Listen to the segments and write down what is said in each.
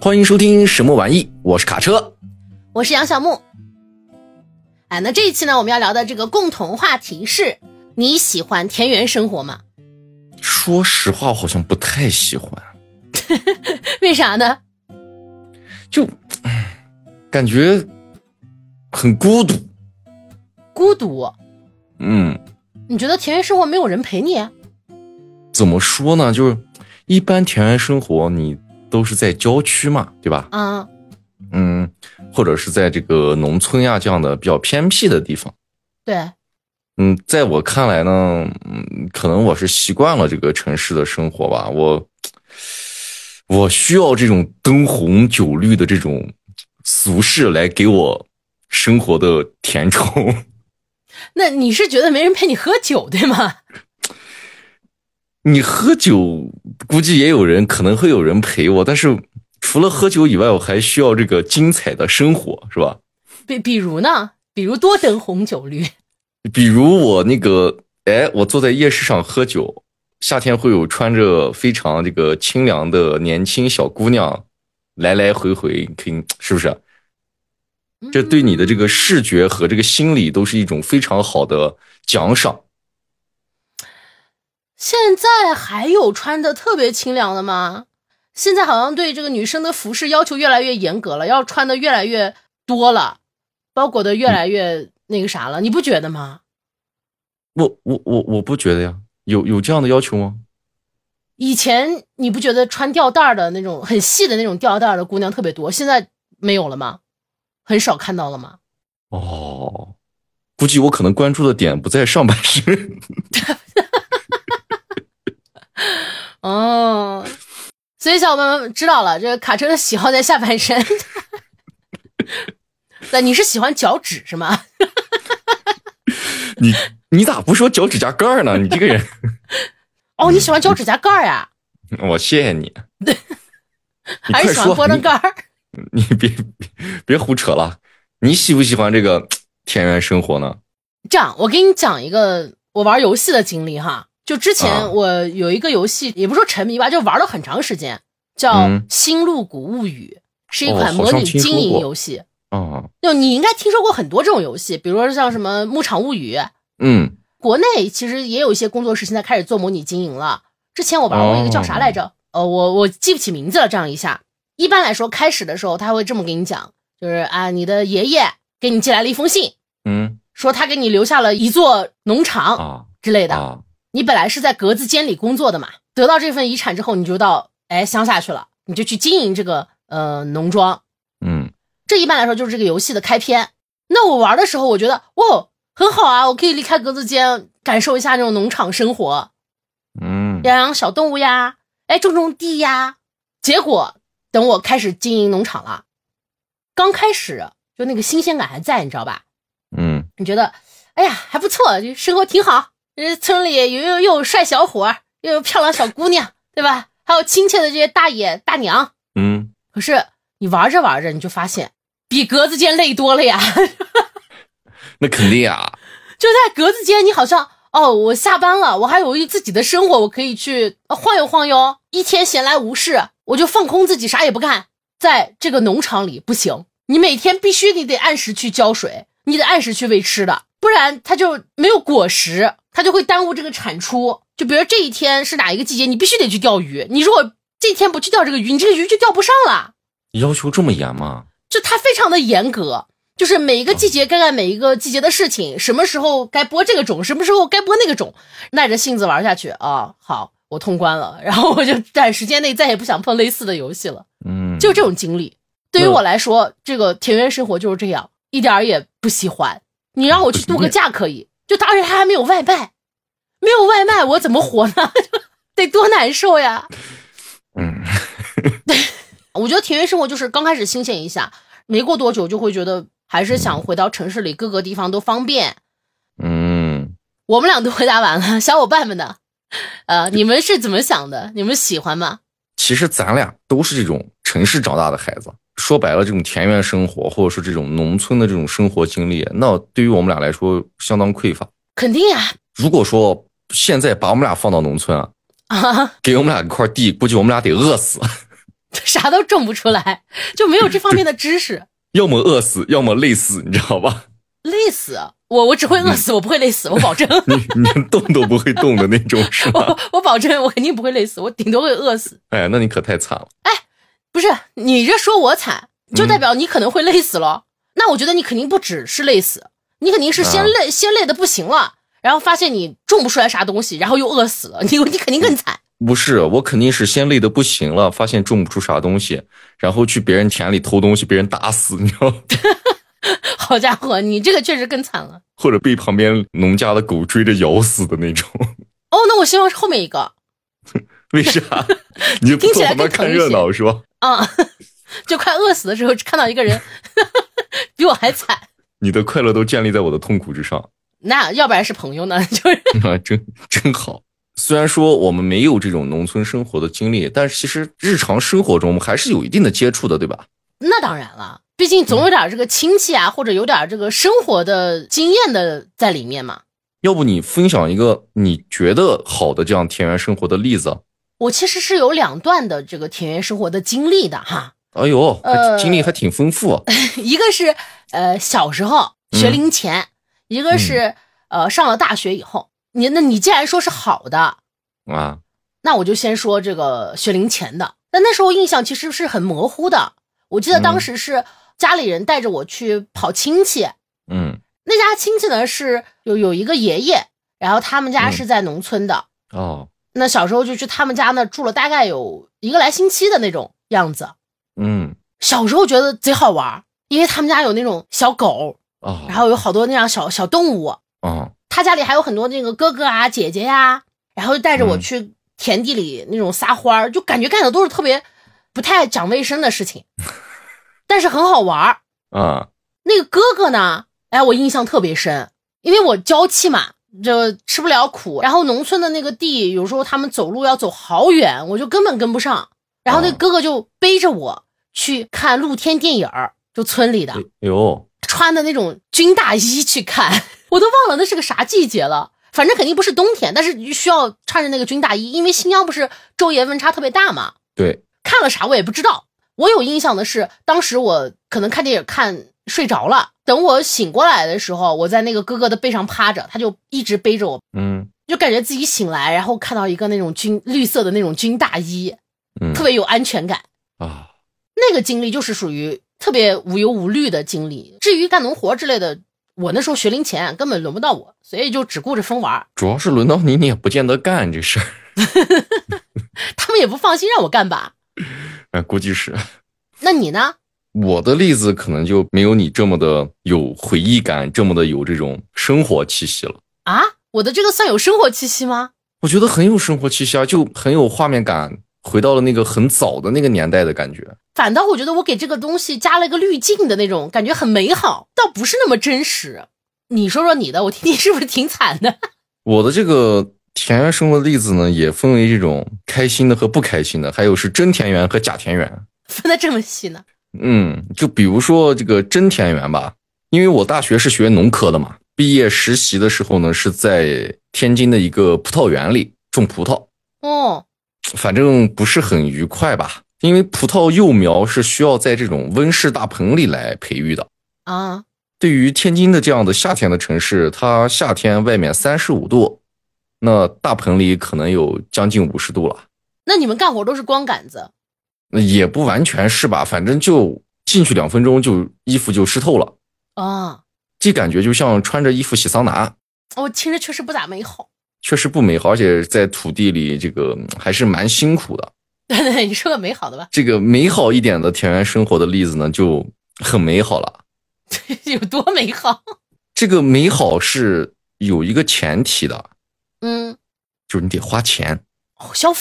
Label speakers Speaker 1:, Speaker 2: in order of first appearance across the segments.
Speaker 1: 欢迎收听什么玩意？我是卡车，
Speaker 2: 我是杨小木。啊，那这一期呢，我们要聊的这个共同话题是：你喜欢田园生活吗？
Speaker 1: 说实话，我好像不太喜欢，
Speaker 2: 为啥呢？
Speaker 1: 就唉感觉很孤独。
Speaker 2: 孤独。
Speaker 1: 嗯，
Speaker 2: 你觉得田园生活没有人陪你？啊
Speaker 1: 怎么说呢？就是一般田园生活，你都是在郊区嘛，对吧？
Speaker 2: 啊，
Speaker 1: 嗯，或者是在这个农村呀这样的比较偏僻的地方。
Speaker 2: 对，
Speaker 1: 嗯，在我看来呢，嗯，可能我是习惯了这个城市的生活吧。我我需要这种灯红酒绿的这种俗世来给我生活的填充。
Speaker 2: 那你是觉得没人陪你喝酒对吗？
Speaker 1: 你喝酒，估计也有人可能会有人陪我，但是除了喝酒以外，我还需要这个精彩的生活，是吧？
Speaker 2: 比比如呢？比如多灯红酒绿。
Speaker 1: 比如我那个，哎，我坐在夜市上喝酒，夏天会有穿着非常这个清凉的年轻小姑娘，来来回回，可以是不是？这对你的
Speaker 2: 嗯
Speaker 1: 这个视觉和这个心理都是一种非常好的奖赏。
Speaker 2: 现在还有穿的特别清凉的吗？现在好像对这个女生的服饰要求越来越严格了，要穿的越来越多了，包裹的越
Speaker 1: 嗯
Speaker 2: 来越那个啥了，你不觉得吗？
Speaker 1: 我我我我不觉得呀，有有这样的要求吗？
Speaker 2: 以前你不觉得穿吊带儿的那种很细的那种吊带儿的姑娘特别多，现在没有了吗？很少看到了吗？
Speaker 1: 哦，估计我可能关注的点不在上半身。
Speaker 2: 哦，所以小伙伴们知道了，这个卡车的喜好在下半 身。那你是喜欢脚趾是吗？
Speaker 1: 你你咋不说脚趾甲盖儿呢？你这个人，
Speaker 2: 哦，你喜欢脚趾甲盖儿呀、
Speaker 1: 我谢谢 你。你
Speaker 2: 还
Speaker 1: 快
Speaker 2: 是喜欢
Speaker 1: 说，
Speaker 2: 波棱
Speaker 1: 你
Speaker 2: 盖儿？
Speaker 1: 你别别胡扯了，你喜不喜欢这个田园生活呢？
Speaker 2: 这样，我给你讲一个我玩游戏的经历哈。就之
Speaker 1: 啊
Speaker 2: 前我有一个游戏，也不说沉迷吧，就玩了很长时间，叫
Speaker 1: 嗯
Speaker 2: 《星露谷物语》，是一
Speaker 1: 哦
Speaker 2: 款
Speaker 1: 好
Speaker 2: 模
Speaker 1: 像
Speaker 2: 拟
Speaker 1: 听
Speaker 2: 经
Speaker 1: 说
Speaker 2: 营
Speaker 1: 过
Speaker 2: 游戏。
Speaker 1: 啊，
Speaker 2: 就你应该听说过很多这种游戏，比如说像什么《牧场物语》，
Speaker 1: 嗯，
Speaker 2: 国内其实也有一些工作室现在开始做模拟经营了。之前我玩过一个叫啥来着？
Speaker 1: 哦
Speaker 2: 呃，我我记不起名字了。这样一下，一般来说开始的时候他会这么给你讲，就是啊，你的爷爷给你寄来了一封信，
Speaker 1: 嗯
Speaker 2: 说他给你留下了一座农场
Speaker 1: 啊
Speaker 2: 之类的。
Speaker 1: 啊，
Speaker 2: 你本来是在格子间里工作的嘛，得到这份遗产之后，你就到哎乡下去了，你就去经营这个呃农庄。
Speaker 1: 嗯
Speaker 2: 这一般来说就是这个游戏的开篇。那我玩的时候，我觉得哇，很好啊，我可以离开格子间，感受一下那种农场生活，
Speaker 1: 嗯，
Speaker 2: 养养小动物呀，哎，种种地呀。结果等我开始经营农场了，刚开始就那个新鲜感还在，你知道吧？
Speaker 1: 嗯
Speaker 2: 你觉得，哎呀，还不错，就生活挺好。呃，村里又又又有帅小伙儿，又有漂亮小姑娘，对吧？还有亲切的这些大爷大娘，
Speaker 1: 嗯，
Speaker 2: 可是你玩着玩着，你就发现比格子间累多了呀！
Speaker 1: 那肯定啊，
Speaker 2: 就在格子间，你好像哦，我下班了，我还有一自己的生活，我可以去呃晃悠晃悠。一天闲来无事，我就放空自己，啥也不干。在这个农场里不行，你每天必须你得按时去浇水，你得按时去喂吃的，不然它就没有果实，它就会耽误这个产出。就比如这一天是哪一个季节，你必须得去钓鱼。你如果这天不去钓这个鱼，你这个鱼就钓不上了。
Speaker 1: 要求这么严吗？
Speaker 2: 就它非常的严格，就是每一个季节该干每一个季节的事情，什么时候该播这个种，什么时候该播那个种，耐着性子玩下去啊。好，我通关了，然后我就短时间内再也不想碰类似的游戏了，
Speaker 1: 嗯，
Speaker 2: 就这种经历。对于我来说，这个田园生活就是这样，一点儿也不喜欢。你让我去度个假可以，就当时它还没有外卖，没有外卖我怎么活呢？ 得多难受呀！
Speaker 1: 嗯
Speaker 2: 我觉得田园生活就是刚开始新鲜一下，没过多久就会觉得还是想回到城市里各个地方都方便。
Speaker 1: 嗯，
Speaker 2: 我们俩都回答完了，小伙伴们呢？呃，你们是怎么想的？你们喜欢吗？
Speaker 1: 其实咱俩都是这种城市长大的孩子。说白了，这种田园生活，或者说这种农村的这种生活经历，那对于我们俩来说相当匮乏。
Speaker 2: 肯定呀、
Speaker 1: 如果说现在把我们俩放到农村啊，
Speaker 2: 啊，
Speaker 1: 给我们俩一块地，估计我们俩得饿死，
Speaker 2: 啥都种不出来，就没有这方面的知识。
Speaker 1: 要么饿死，要么累死，你知道吧？
Speaker 2: 累死啊我，我只会饿死，我不会累死，我保证，
Speaker 1: 你你动都不会动的那种，是吗？
Speaker 2: 我我保证，我肯定不会累死，我顶多会饿死。
Speaker 1: 哎，那你可太惨了。
Speaker 2: 不是你这说我惨，就代表你可能会累死咯。那我觉得你肯定不只是累死，你肯定是先
Speaker 1: 啊
Speaker 2: 累，先累的不行了，然后发现你种不出来啥东西，然后又饿死了，你你肯定更惨。
Speaker 1: 不是，我肯定是先累的不行了，发现种不出啥东西，然后去别人田里偷东西，被人打死，你知道吗？
Speaker 2: 好家伙，你这个确实更惨了。
Speaker 1: 或者被旁边农家的狗追着咬死的那种。
Speaker 2: 哦，那我希望是后面一个，
Speaker 1: 为啥？ 你就不
Speaker 2: 听起
Speaker 1: 懂他
Speaker 2: 来
Speaker 1: 妈
Speaker 2: 更疼
Speaker 1: 看
Speaker 2: 一
Speaker 1: 热
Speaker 2: 些
Speaker 1: 闹是吧？
Speaker 2: 啊、 就快饿死的时候看到一个人 比我还惨，
Speaker 1: 你的快乐都建立在我的痛苦之上，
Speaker 2: 那要不然是朋友呢， 就是
Speaker 1: 啊，真真好。虽然说我们没有这种农村生活的经历，但是其实日常生活中我们还是有一定的接触的，对吧？
Speaker 2: 那当然了，毕竟总有点这个亲戚啊，或者有点这个生活的经验的在里面嘛。
Speaker 1: 要不你分享一个你觉得好的这样田园生活的例子啊？
Speaker 2: 我其实是有两段的这个田园生活的经历的哈，
Speaker 1: 哎呦，还
Speaker 2: 呃
Speaker 1: 经历还挺丰富啊。
Speaker 2: 一个是呃小时候学龄前，一个是呃上了大学以后。你那你既然说是好的，
Speaker 1: 啊
Speaker 2: 那我就先说这个学龄前的。但那时候印象其实是很模糊的，我记得当时是家里人带着我去跑亲戚，
Speaker 1: 嗯
Speaker 2: 那家亲戚呢是有有一个爷爷，然后他们家
Speaker 1: 嗯
Speaker 2: 是在农村的，
Speaker 1: 哦，
Speaker 2: 那小时候就去他们家那住了大概有一个来星期的那种样子。
Speaker 1: 嗯
Speaker 2: 小时候觉得贼好玩儿，因为他们家有那种小狗，
Speaker 1: 哦，
Speaker 2: 然后有好多那样小小动物。
Speaker 1: 哦
Speaker 2: 他家里还有很多那个哥哥啊、姐姐呀、然后就带着我去田地里那种撒欢儿，就感觉干的都是特别不太讲卫生的事情， 但是很好玩儿。
Speaker 1: 啊
Speaker 2: 那个哥哥呢，哎，我印象特别深，因为我娇气嘛，就吃不了苦。然后农村的那个地，有时候他们走路要走好远，我就根本跟不上。然后那
Speaker 1: 哦
Speaker 2: 哥哥就背着我去看露天电影儿，就村里的
Speaker 1: 哎呦
Speaker 2: 穿的那种军大衣去看， 我都忘了那是个啥季节了。反正肯定不是冬天，但是需要穿着那个军大衣，因为新疆不是昼夜温差特别大嘛。
Speaker 1: 对
Speaker 2: 看了啥我也不知道。我有印象的是，当时我可能看电影看睡着了，等我醒过来的时候，我在那个哥哥的背上趴着，他就一直背着我，
Speaker 1: 嗯
Speaker 2: 就感觉自己醒来，然后看到一个那种军绿色的那种军大衣，
Speaker 1: 嗯
Speaker 2: 特别有安全感。
Speaker 1: 啊
Speaker 2: 那个经历就是属于特别无忧无虑的经历。至于干农活之类的，我那时候学龄前啊根本轮不到我，所以就只顾着疯玩儿。
Speaker 1: 主要是轮到你，你也不见得干这事儿，
Speaker 2: 他们也不放心让我干吧？
Speaker 1: 哎， 估计是
Speaker 2: 那你呢？
Speaker 1: 我的例子可能就没有你这么的有回忆感，这么的有这种生活气息了。
Speaker 2: 啊，我的这个算有生活气息吗？
Speaker 1: 我觉得很有生活气息啊，就很有画面感，回到了那个很早的那个年代的感觉。
Speaker 2: 反倒我觉得我给这个东西加了一个滤镜的那种感觉很美好，倒不是那么真实。你说说你的，我听听是不是挺惨的？
Speaker 1: 我的这个田园生活的例子呢，也分为这种开心的和不开心的，还有是真田园和假田园。
Speaker 2: 分的这么细呢？
Speaker 1: 嗯，就比如说这个真田园吧，因为我大学是学农科的嘛，毕业实习的时候呢，是在天津的一个葡萄园里种葡萄，
Speaker 2: 哦，
Speaker 1: 反正不是很愉快吧，因为葡萄幼苗是需要在这种温室大棚里来培育的。
Speaker 2: 啊，
Speaker 1: 对于天津的这样的夏天的城市，它夏天外面三十五度，那大棚里可能有将近五十度了，
Speaker 2: 那你们干活都是光杆子
Speaker 1: 那也不完全是吧，反正就进去两分钟就衣服就湿透了。
Speaker 2: 啊？哦
Speaker 1: 这感觉就像穿着衣服洗桑拿，
Speaker 2: 我听着确实不咋美好。
Speaker 1: 确实不美好，而且在土地里这个嗯还是蛮辛苦的。
Speaker 2: 对对，你说个美好的吧，
Speaker 1: 这个美好一点的田园生活的例子呢，就很美好了。
Speaker 2: 有多美好？
Speaker 1: 这个美好是有一个前提的，
Speaker 2: 嗯，
Speaker 1: 就是你得花钱。
Speaker 2: 哦消费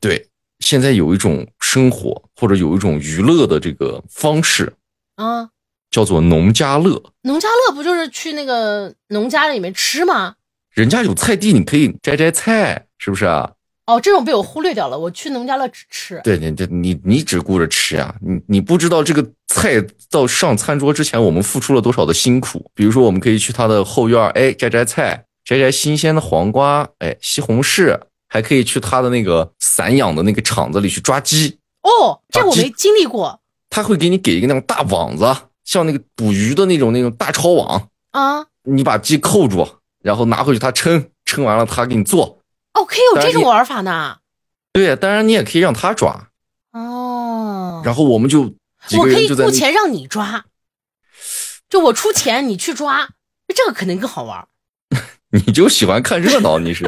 Speaker 1: 对，现在有一种生活或者有一种娱乐的这个方式，
Speaker 2: 啊，
Speaker 1: 叫做农家乐。
Speaker 2: 农家乐不就是去那个农家里面吃吗？
Speaker 1: 人家有菜地，你可以摘摘菜，是不是啊？
Speaker 2: 哦，这种被我忽略掉了。我去农家乐只吃，
Speaker 1: 对，你这你你只顾着吃啊，你你不知道这个菜到上餐桌之前，我们付出了多少的辛苦。比如说，我们可以去他的后院儿，哎，摘摘菜，摘摘新鲜的黄瓜，哎，西红柿，还还可以去他的那个散养的那个场子里去抓鸡，
Speaker 2: 哦，这
Speaker 1: 把
Speaker 2: 我
Speaker 1: 鸡
Speaker 2: 没经历过
Speaker 1: 他会给你给一个那种大网子，像那个捕鱼的那种那种大抄网，
Speaker 2: 啊。
Speaker 1: 你把鸡扣住，然后拿回去他称，称完了他给你做。
Speaker 2: 哦，可以有这种玩法呢。
Speaker 1: 对，当然你也可以让他抓，
Speaker 2: 哦，
Speaker 1: 然后我们就几
Speaker 2: 我
Speaker 1: 个
Speaker 2: 可
Speaker 1: 人
Speaker 2: 以
Speaker 1: 就在
Speaker 2: 付
Speaker 1: 那
Speaker 2: 钱让你抓，就我出钱你去抓，这个肯定更好玩，
Speaker 1: 你就喜欢看热闹，你是，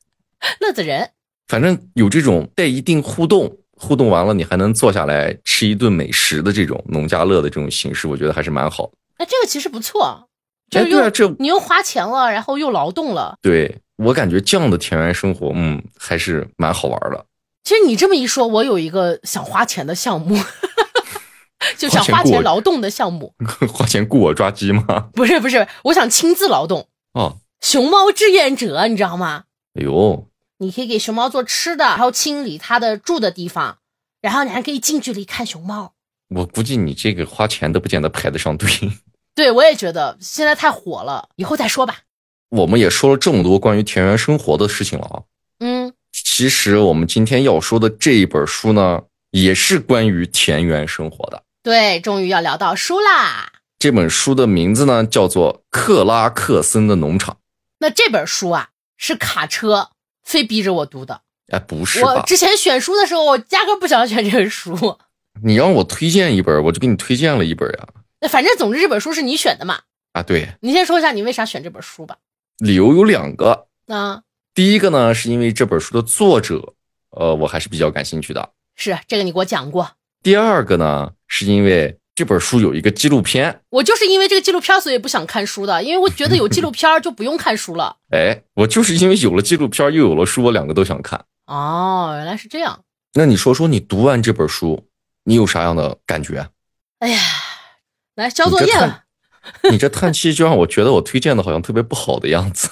Speaker 2: 乐子人。
Speaker 1: 反正有这种带一定互动，互动完了你还能坐下来吃一顿美食的这种农家乐的这种形式，我觉得还是蛮好的。
Speaker 2: 那这个其实不错，就
Speaker 1: 哎，
Speaker 2: 是
Speaker 1: 对
Speaker 2: 又、
Speaker 1: 啊，这
Speaker 2: 你又花钱了，然后又劳动了。
Speaker 1: 对我感觉这样的田园生活，嗯，还是蛮好玩的。
Speaker 2: 其实你这么一说，我有一个想花钱的项目， 就想
Speaker 1: 花钱
Speaker 2: 花
Speaker 1: 过嗯
Speaker 2: 钱劳动的项目，
Speaker 1: 花钱雇我抓鸡吗？
Speaker 2: 不是不是，我想亲自劳动，
Speaker 1: 哦，
Speaker 2: 熊猫志愿者，你知道吗？
Speaker 1: 哎呦，
Speaker 2: 你可以给熊猫做吃的，然后清理它的住的地方，然后你还可以近距离看熊猫。
Speaker 1: 我估计你这个花钱都不见得排得上队。
Speaker 2: 对我也觉得现在太火了，以后再说吧。
Speaker 1: 我们也说了这么多关于田园生活的事情了啊。
Speaker 2: 嗯，
Speaker 1: 其实我们今天要说的这一本书呢，也是关于田园生活的。
Speaker 2: 对，终于要聊到书啦。
Speaker 1: 这本书的名字呢，叫做《克拉克森的农场》。
Speaker 2: 那这本书啊，是卡车非逼着我读的。
Speaker 1: 哎，不是
Speaker 2: 我
Speaker 1: 吧？
Speaker 2: 之前选书的时候，我压根儿不想选这本书。
Speaker 1: 你让我推荐一本，我就给你推荐了一本呀。
Speaker 2: 那反正总之这本书是你选的嘛，
Speaker 1: 啊，对，
Speaker 2: 你先说一下你为啥选这本书吧。
Speaker 1: 理由有两个，
Speaker 2: 啊，
Speaker 1: 第一个呢，是因为这本书的作者，呃，我还是比较感兴趣的。
Speaker 2: 是这个你给我讲过，
Speaker 1: 第二个呢，是因为这本书有一个纪录片，
Speaker 2: 我就是因为这个纪录片儿所以不想看书的，因为我觉得有纪录片儿就不用看书了。
Speaker 1: 哎，我就是因为有了纪录片，又有了书，我两个都想看。
Speaker 2: 哦，原来是这样。
Speaker 1: 那你说说，你读完这本书，你有啥样的感觉？
Speaker 2: 哎呀，来交作
Speaker 1: 你
Speaker 2: 业
Speaker 1: 这
Speaker 2: 了
Speaker 1: 叹，， 你这叹气就让我觉得我推荐的好像特别不好的样子。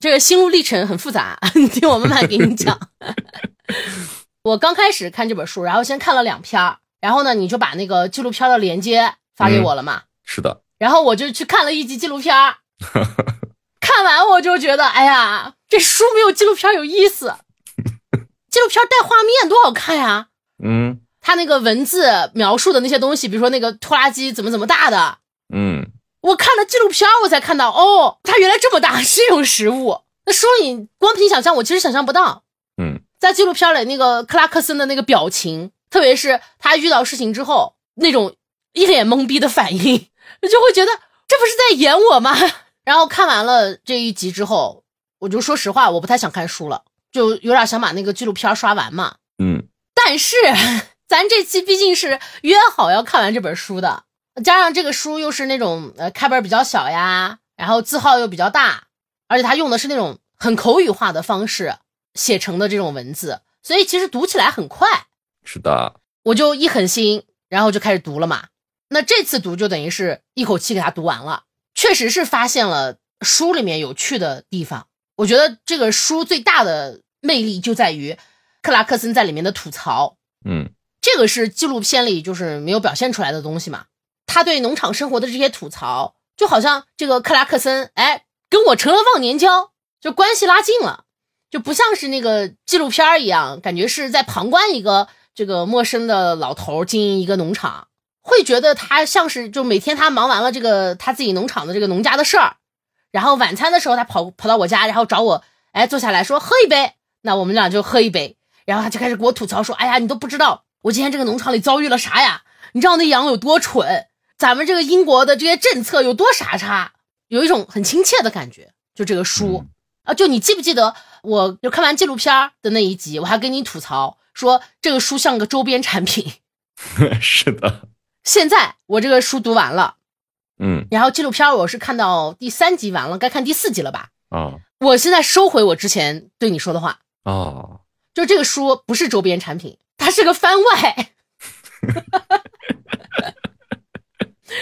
Speaker 2: 这个心路历程很复杂， 你听我慢慢给你讲。 我刚开始看这本书，然后先看了两篇儿，然后呢，你就把那个纪录片儿的链接发给我了嘛。
Speaker 1: 是的，
Speaker 2: 然后我就去看了一集纪录片儿，看完我就觉得，哎呀，这书没有纪录片儿有意思。纪录片儿带画面多好看呀！
Speaker 1: 嗯
Speaker 2: 它那个文字描述的那些东西，比如说那个拖拉机怎么怎么大的，
Speaker 1: 嗯，
Speaker 2: 我看了纪录片儿我才看到，哦，它原来这么大， 是一种食物。那书里光凭想象，我其实想象不到。
Speaker 1: 嗯，
Speaker 2: 在纪录片里，那个克拉克森的那个表情，特别是他遇到事情之后那种一脸懵逼的反应， 我就会觉得这不是在演我吗？ 然后看完了这一集之后，我就说实话，我不太想看书了，就有点想把那个纪录片刷完嘛。
Speaker 1: 嗯，
Speaker 2: 但是 咱这期毕竟是约好要看完这本书的，加上这个书又是那种呃开本比较小呀，然后字号又比较大，而且它用的是那种很口语化的方式写成的这种文字，所以其实读起来很快。
Speaker 1: 是的，
Speaker 2: 我就一狠心，然后就开始读了嘛。那这次读就等于是一口气给它读完了，确实是发现了书里面有趣的地方。我觉得这个书最大的魅力就在于克拉克森在里面的吐槽，
Speaker 1: 嗯
Speaker 2: 这个是纪录片里就是没有表现出来的东西嘛。他对农场生活的这些吐槽，就好像这个克拉克森，哎，跟我成了忘年交，就关系拉近了，就不像是那个纪录片儿一样，感觉是在旁观一个这个陌生的老头儿经营一个农场，会觉得他像是就每天他忙完了这个他自己农场的这个农家的事儿，然后晚餐的时候他跑跑到我家，然后找我，哎，坐下来说喝一杯，那我们俩就喝一杯，然后他就开始给我吐槽说：“哎呀，你都不知道我今天这个农场里遭遇了啥呀？你知道那羊有多蠢？咱们这个英国的这些政策有多傻叉？”有一种很亲切的感觉。就这个书、
Speaker 1: 嗯
Speaker 2: 啊，就你记不记得，我就看完纪录片儿的那一集，我还跟你吐槽说这个书像个周边产品。
Speaker 1: 是的，
Speaker 2: 现在我这个书读完了，
Speaker 1: 嗯
Speaker 2: 然后纪录片儿我是看到第三集完了，该看第四集了吧？
Speaker 1: 啊
Speaker 2: 我现在收回我之前对你说的话，
Speaker 1: 啊，
Speaker 2: 就这个书不是周边产品，它是个番外。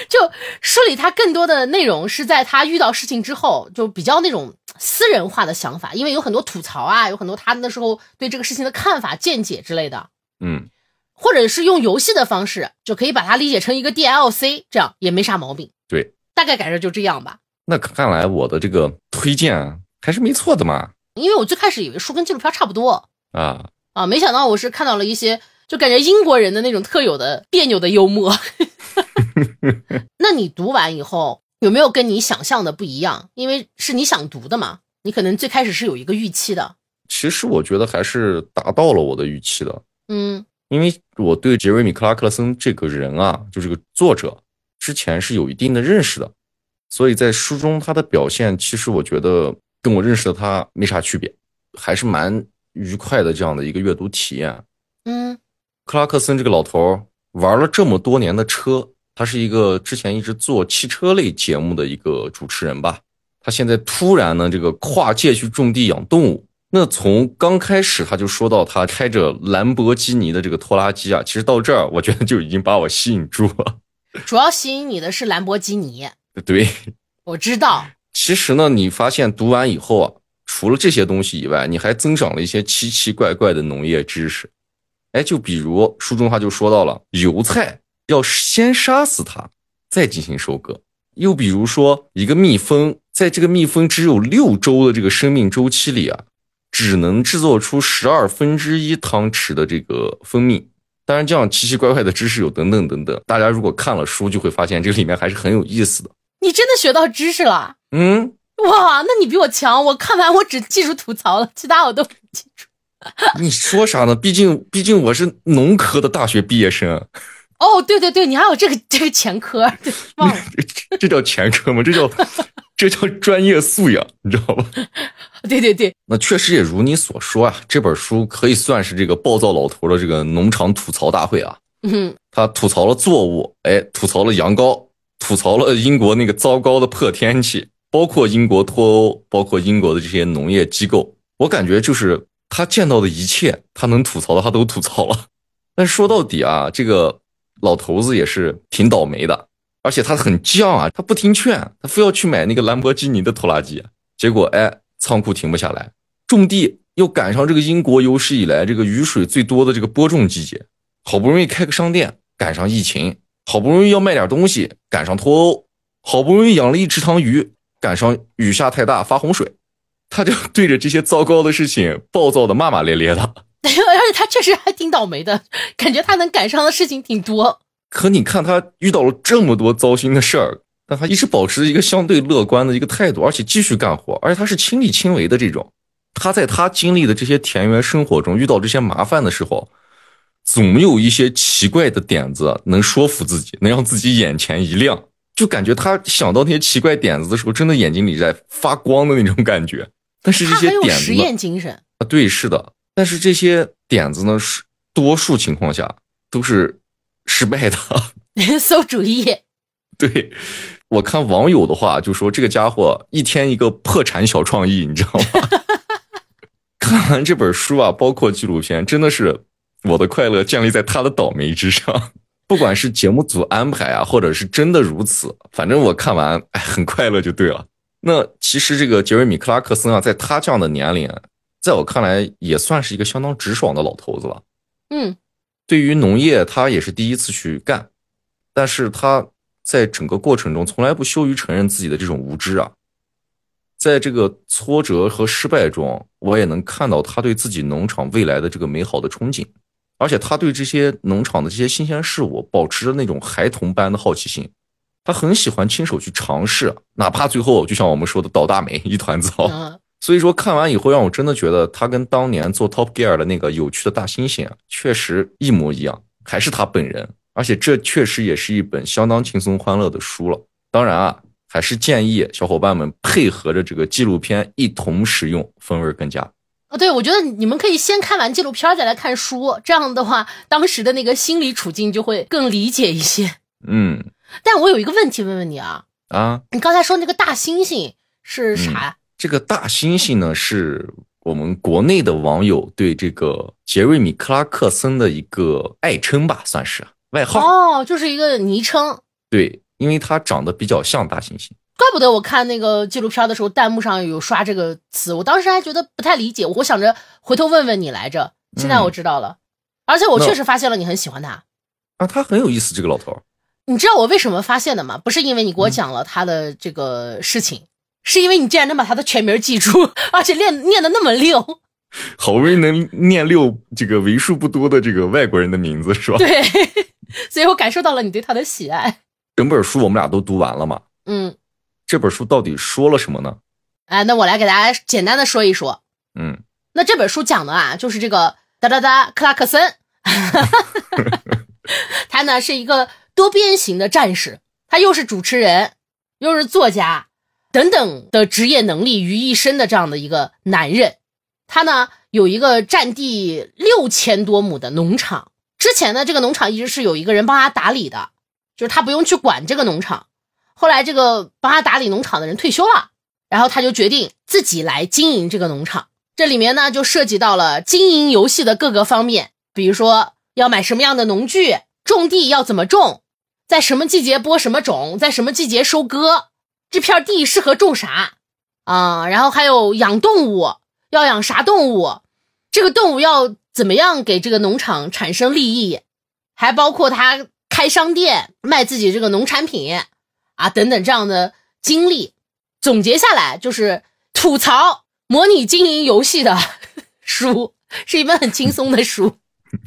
Speaker 2: 就书里它更多的内容是在他遇到事情之后，就比较那种私人化的想法，因为有很多吐槽啊，有很多他那时候对这个事情的看法、见解之类的，
Speaker 1: 嗯
Speaker 2: 或者是用游戏的方式，就可以把它理解成一个 DLC，这样也没啥毛病。
Speaker 1: 对，
Speaker 2: 大概感觉就这样吧。
Speaker 1: 啊那看来我的这个推荐还是没错的嘛。
Speaker 2: 因为我最开始以为书跟纪录片差不多
Speaker 1: 啊，
Speaker 2: 啊，没想到我是看到了一些就感觉英国人的那种特有的别扭的幽默。 那你读完以后有没有跟你想象的不一样？因为是你想读的嘛，你可能最开始是有一个预期的。
Speaker 1: 其实我觉得还是达到了我的预期的，
Speaker 2: 嗯
Speaker 1: 因为我对杰瑞米·克拉克森这个人啊，就这个作者，之前是有一定的认识的，所以在书中他的表现，其实我觉得跟我认识的他没啥区别，还是蛮愉快的这样的一个阅读体验。啊
Speaker 2: 嗯
Speaker 1: 克拉克森这个老头儿玩了这么多年的车，他是一个之前一直做汽车类节目的一个主持人吧。他现在突然呢，这个跨界去种地养动物。那从刚开始他就说到他开着兰博基尼的这个拖拉机啊，其实到这儿我觉得就已经把我吸引住了。
Speaker 2: 主要吸引你的是兰博基尼，
Speaker 1: 对，
Speaker 2: 我知道。
Speaker 1: 其实呢，你发现读完以后啊，除了这些东西以外，你还增长了一些奇奇怪怪的农业知识。哎，就比如书中他就说到了油菜要先杀死它，再进行收割。又比如说，一个蜜蜂在这个蜜蜂只有六周的这个生命周期里啊，只能制作出十二分之一汤匙的这个蜂蜜。当然，这样奇奇怪怪的知识有等等等等，大家如果看了书就会发现这个里面还是很有意思的。
Speaker 2: 你真的学到知识了。
Speaker 1: 嗯，
Speaker 2: 哇，那你比我强！我看完我只记住吐槽了，其他我都不记住。
Speaker 1: 你说啥呢？毕竟毕竟我是农科的大学毕业生，啊
Speaker 2: 哦，对对对，你还有这个这个前科，对，忘了。
Speaker 1: 这这叫前科吗？这叫 这叫专业素养，你知道吧？
Speaker 2: 对对对，
Speaker 1: 那确实也如你所说啊，这本书可以算是这个暴躁老头的这个农场吐槽大会啊。
Speaker 2: 嗯，
Speaker 1: 他吐槽了作物，哎，吐槽了羊羔，吐槽了呃英国那个糟糕的破天气，包括英国脱欧，包括英国的这些农业机构。我感觉就是他见到的一切，他能吐槽的他都吐槽了。但说到底啊，这个老头子也是挺倒霉的，而且他很犟啊，他不听劝，他非要去买那个兰博基尼的拖拉机，结果哎，仓库停不下来，种地又赶上这个英国有史以来这个雨水最多的这个播种季节，好不容易开个商店，赶上疫情，好不容易要卖点东西，赶上脱欧，好不容易养了一池塘鱼，赶上雨下太大发洪水，他就对着这些糟糕的事情暴躁的骂骂咧咧的。
Speaker 2: 而且他确实还挺倒霉的，感觉他能赶上的事情挺多。
Speaker 1: 可你看他遇到了这么多糟心的事儿，但他一直保持着一个相对乐观的一个态度，而且继续干活，而且他是亲力亲为的这种。他在他经历的这些田园生活中遇到这些麻烦的时候，总有一些奇怪的点子能说服自己，能让自己眼前一亮，就感觉他想到那些奇怪点子的时候，真的眼睛里在发光的那种感觉。但是这
Speaker 2: 他
Speaker 1: 些
Speaker 2: 很有
Speaker 1: 点子
Speaker 2: 实
Speaker 1: 呢
Speaker 2: 验精神。
Speaker 1: 啊，对，是的，但是这些点子呢，是多数情况下都是失败的。
Speaker 2: 馊主意，
Speaker 1: 对，我看网友的话就说这个家伙一天一个破产小创意，你知道吗？ 看完这本书啊，包括纪录片，真的是我的快乐建立在他的倒霉之上。 不管是节目组安排啊，或者是真的如此，反正我看完哎很快乐就对了。那其实这个杰瑞米·克拉克森啊，在他这样的年龄，啊在我看来也算是一个相当直爽的老头子了。
Speaker 2: 嗯，
Speaker 1: 对于农业，他也是第一次去干，但是他在整个过程中从来不羞于承认自己的这种无知啊。在这个挫折和失败中，我也能看到他对自己农场未来的这个美好的憧憬，而且他对这些农场的这些新鲜事物保持着那种孩童般的好奇心。他很喜欢亲手去尝试，啊哪怕最后就像我们说的倒大霉一团糟。
Speaker 2: 嗯，
Speaker 1: 所以说看完以后，让我真的觉得他跟当年做 Top Gear 的那个有趣的大猩猩啊，确实一模一样，还是他本人。而且这确实也是一本相当轻松欢乐的书了。当然啊，还是建议小伙伴们配合着这个纪录片一同食用，风味更佳。
Speaker 2: 哦，对，我觉得你们可以先看完纪录片再来看书，这样的话，当时的那个心理处境就会更理解一些。
Speaker 1: 嗯
Speaker 2: 但我有一个问题问问你啊，
Speaker 1: 啊，
Speaker 2: 你刚才说那个大猩猩
Speaker 1: 嗯
Speaker 2: 是啥呀？
Speaker 1: 这个大猩猩呢，是我们国内的网友对这个杰瑞米·克拉克森的一个爱称吧，算是啊外号。
Speaker 2: 哦，就是一个昵称。
Speaker 1: 对，因为他长得比较像大猩猩。
Speaker 2: 怪不得我看那个纪录片的时候，弹幕上有刷这个词，我当时还觉得不太理解，我想着回头问问你来着。现在我知道了，而且我确实发现了你很喜欢他。
Speaker 1: 啊，他很有意思，这个老头儿。
Speaker 2: 你知道我为什么发现的吗？不是因为你给我讲了他的这个事情，是因为你竟然能把他的全名记住， 而且念念的那么溜。
Speaker 1: 好不容易能念六这个为数不多的这个外国人的名字是吧？
Speaker 2: 对， 所以我感受到了你对他的喜爱。
Speaker 1: 整本书我们俩都读完了嘛？
Speaker 2: 嗯，
Speaker 1: 这本书到底说了什么呢？
Speaker 2: 哎，那我来给大家简单的说一说。
Speaker 1: 嗯，
Speaker 2: 那这本书讲的啊，就是这个哒哒哒克拉克森，他呢是一个多边形的战士，他又是主持人，又是作家，等等的职业能力于一身的这样的一个男人。他呢有一个占地六千多亩的农场，之前呢这个农场一直是有一个人帮他打理的，就是他不用去管这个农场。后来这个帮他打理农场的人退休了，然后他就决定自己来经营这个农场。这里面呢就涉及到了经营游戏的各个方面，比如说要买什么样的农具，种地要怎么种，在什么季节播什么种，在什么季节收割，这片地适合种啥啊、然后还有养动物，要养啥动物，这个动物要怎么样给这个农场产生利益，还包括他开商店卖自己这个农产品啊等等这样的经历。总结下来就是吐槽模拟经营游戏的 书，是一本很轻松的书，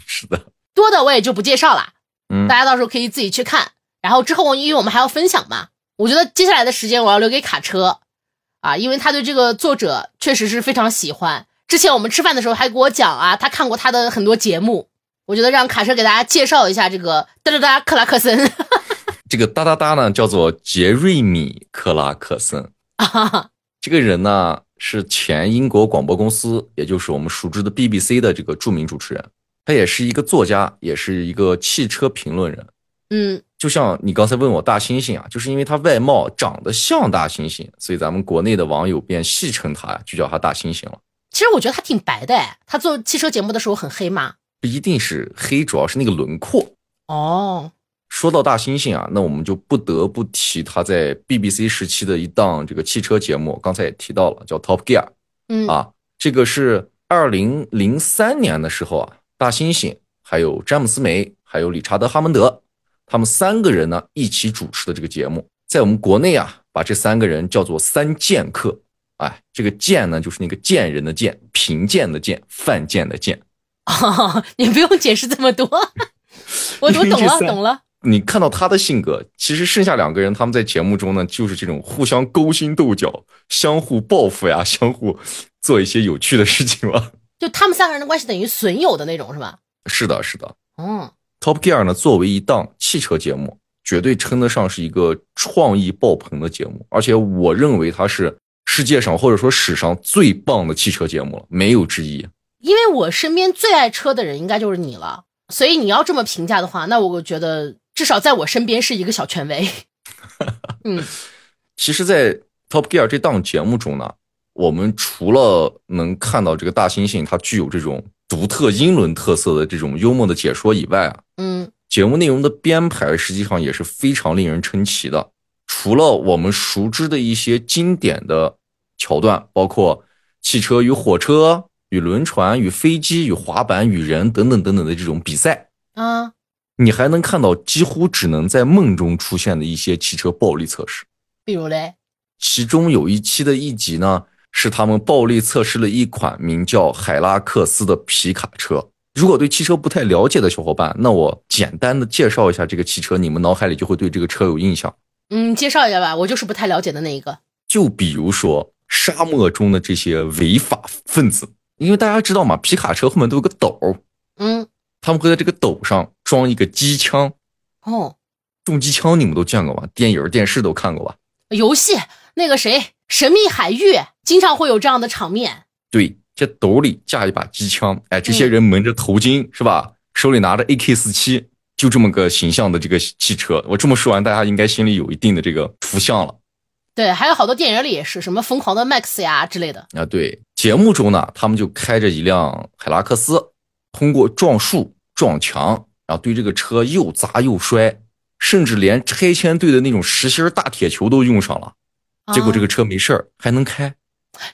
Speaker 1: 是的，
Speaker 2: 多的我也就不介绍了，
Speaker 1: 嗯
Speaker 2: 大家到时候可以自己去看。然后之后因为我们还要分享嘛，我觉得接下来的时间我要留给卡车啊，因为他对这个作者确实是非常喜欢。之前我们吃饭的时候还给我讲啊，他看过他的很多节目，我觉得让卡车给大家介绍一下这个哒哒哒克拉克森
Speaker 1: 这个哒哒哒呢叫做杰瑞米·克拉克森，
Speaker 2: 啊，
Speaker 1: 这个人呢是前英国广播公司，也就是我们熟知的 BBC 的这个著名主持人，他也是一个作家，也是一个汽车评论人。
Speaker 2: 嗯
Speaker 1: 就像你刚才问我大猩猩啊，就是因为他外貌长得像大猩猩，所以咱们国内的网友便戏称他，就叫他大猩猩了。
Speaker 2: 其实我觉得他挺白的哎，他做汽车节目的时候很黑嘛。
Speaker 1: 不一定是黑，主要是那个轮廓。
Speaker 2: 哦，
Speaker 1: 说到大猩猩啊，那我们就不得不提他在 BBC 时期的一档这个汽车节目，刚才也提到了，叫 Top Gear
Speaker 2: 嗯
Speaker 1: 啊。这个是二零零三年的时候啊，大猩猩还有詹姆斯梅，还有理查德哈蒙德，他们三个人呢一起主持的这个节目，在我们国内啊，把这三个人叫做“三剑客”。哎，这个剑呢，就是那个贱人的贱，贫贱的贱，犯贱的贱。
Speaker 2: 哦， 你不用解释这么多，我我
Speaker 1: 因为
Speaker 2: 懂
Speaker 1: 这
Speaker 2: 了
Speaker 1: 三
Speaker 2: 懂了。
Speaker 1: 你看到他的性格，其实剩下两个人他们在节目中呢，就是这种互相勾心斗角、相互报复呀，相互做一些有趣的事情吧。
Speaker 2: 就他们三个人的关系等于损友的那种是吧？
Speaker 1: 是的，是的。
Speaker 2: 嗯
Speaker 1: Top Gear 呢，作为一档汽车节目，绝对称得上是一个创意爆棚的节目，而且我认为它是世界上或者说史上最棒的汽车节目了，没有之一。
Speaker 2: 因为我身边最爱车的人应该就是你了，所以你要这么评价的话，那我觉得至少在我身边是一个小权威。嗯
Speaker 1: 其实，在 Top Gear 这档节目中呢，我们除了能看到这个大猩猩它具有这种独特英伦特色的这种幽默的解说以外啊，
Speaker 2: 嗯
Speaker 1: 节目内容的编排实际上也是非常令人称奇的。除了我们熟知的一些经典的桥段，包括汽车与火车、与轮船、与飞机、与滑板、与人等等等等的这种比赛，
Speaker 2: 啊，
Speaker 1: 你还能看到几乎只能在梦中出现的一些汽车暴力测试。
Speaker 2: 比如嘞，
Speaker 1: 其中有一期的一集呢，是他们暴力测试了一款名叫海拉克斯的皮卡车。如果对汽车不太了解的小伙伴，那我简单的介绍一下这个汽车，你们脑海里就会对这个车有印象。
Speaker 2: 嗯，介绍一下吧，我就是不太了解的那一个。
Speaker 1: 就比如说沙漠中的这些违法分子，因为大家知道嘛，皮卡车后面都有个斗儿，
Speaker 2: 嗯
Speaker 1: 他们会在这个斗上装一个机枪。
Speaker 2: 哦，
Speaker 1: 重机枪你们都见过吧？电影、电视都看过吧？
Speaker 2: 游戏那个谁，《神秘海域》经常会有这样的场面。
Speaker 1: 对，这斗里架一把机枪，哎，这些
Speaker 2: 嗯
Speaker 1: 人蒙着头巾、是吧？手里拿着 AK 四七，就这么个形象的这个汽车。我这么说完，大家应该心里有一定的这个图像了
Speaker 2: 对，还有好多电影里也是，什么疯狂的 Max 呀之类的。
Speaker 1: 啊。对，节目中呢，他们就开着一辆海拉克斯，通过撞树、撞墙，然后对这个车又砸又摔，甚至连拆迁队的那种实心儿大铁球都用上了。结果这个
Speaker 2: 个
Speaker 1: 车没事儿，还能开。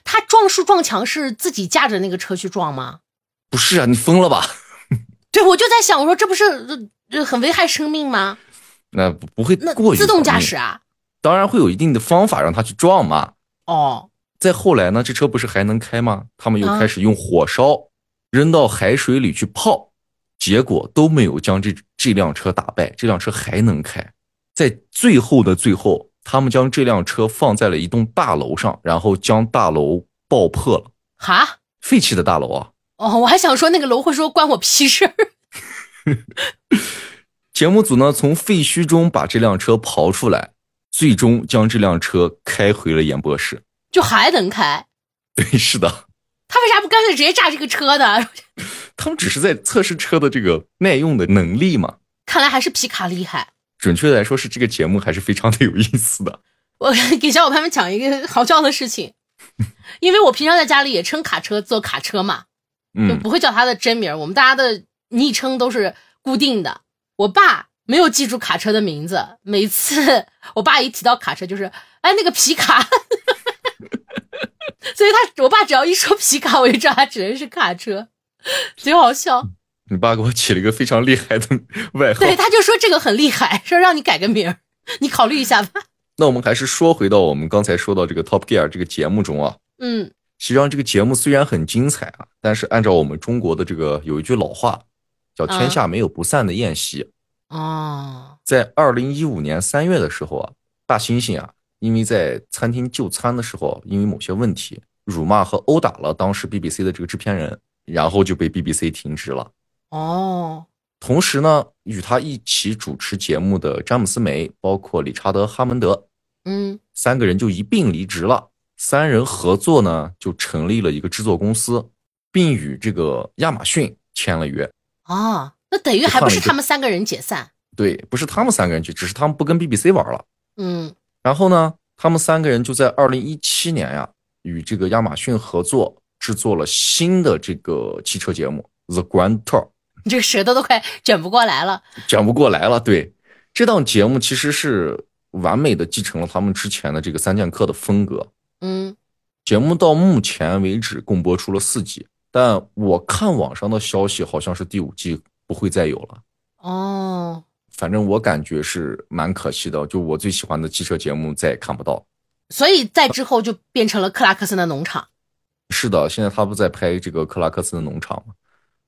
Speaker 2: 他撞树撞墙是自己驾着那个车去撞吗？
Speaker 1: 不是啊，你疯了吧？
Speaker 2: 对，我就在想，我说这不是呃很危害生命吗？
Speaker 1: 那不不会
Speaker 2: 那
Speaker 1: 过于
Speaker 2: 自动驾
Speaker 1: 方便
Speaker 2: 驶啊？
Speaker 1: 当然会有一定的方法让他去撞嘛。
Speaker 2: 哦，
Speaker 1: 再后来呢，这车不是还能开吗？他们又
Speaker 2: 啊
Speaker 1: 开始用火烧，扔到海水里去泡，结果都没有将这这辆车打败，这辆车还能开。在最后的最后，他们将这辆车放在了一栋大楼上，然后将大楼爆破了，
Speaker 2: 哈，
Speaker 1: 废弃的大楼啊。
Speaker 2: 哦，我还想说那个楼会说关我屁事儿。
Speaker 1: 节目组呢从废墟中把这辆车刨出来，最终将这辆车开回了演播室。
Speaker 2: 就还能开，
Speaker 1: 对，是的。
Speaker 2: 他为啥不干脆直接炸这个车呢？
Speaker 1: 他们只是在测试车的这个耐用的能力嘛。
Speaker 2: 看来还是皮卡厉害。
Speaker 1: 准确的来说，是这个节目还是非常的有意思的。
Speaker 2: 我 给小伙伴们讲一个好笑的事情，因为我平常在家里也称卡车做卡车嘛，就
Speaker 1: 嗯，
Speaker 2: 不会叫他的真名儿，我们大家的昵称都是固定的。我爸没有记住卡车的名字，每次我爸一提到卡车就是哎那个皮卡， 所以他我爸只要一说皮卡，我就知道他指的是卡车，贼好笑。
Speaker 1: 你爸给我起了一个非常厉害的外号
Speaker 2: 对，。他就说这个很厉害，说让你改个名儿，你考虑一下吧。
Speaker 1: 那我们还是说回到我们刚才说到这个《Top Gear》这个节目中啊。
Speaker 2: 嗯
Speaker 1: 实际上，这个节目虽然很精彩啊，但是按照我们中国的这个有一句老话，叫“
Speaker 2: 啊
Speaker 1: 天下没有不散的宴席”
Speaker 2: 哦，
Speaker 1: 在二零一五年三月的时候啊，大猩猩啊，因为在餐厅就餐的时候，啊因为某些问题，辱骂和殴打了当时 BBC 的这个制片人，然后就被 BBC 停职了。
Speaker 2: 哦，
Speaker 1: 同时呢，与他一起主持节目的詹姆斯梅，包括理查德哈蒙德
Speaker 2: 嗯
Speaker 1: 三个人就一并离职了。三人合作呢，就成立了一个制作公司，并与这个亚马逊签了约。
Speaker 2: 哦，那等于还不是他们三个人解散？
Speaker 1: 对，不是他们三个人去，只是他们不跟 BBC 玩了。
Speaker 2: 嗯
Speaker 1: 然后呢，他们三个人就在二零一七年呀、与这个亚马逊合作制作了新的这个汽车节目《The Grand Tour
Speaker 2: 你这个舌头都快卷不过来了。》，
Speaker 1: 讲不过来了。对，这档节目其实是完美的继承了他们之前的这个三剑客的风格。
Speaker 2: 嗯，
Speaker 1: 节目到目前为止共播出了四季，但我看网上的消息好像是第五季不会再有了。
Speaker 2: 哦，
Speaker 1: 反正我感觉是蛮可惜的，就我最喜欢的汽车节目再也看不到。
Speaker 2: 所以在之后就变成了克拉克森的农场。
Speaker 1: 是的，现在他不在拍这个克拉克斯的农场吗？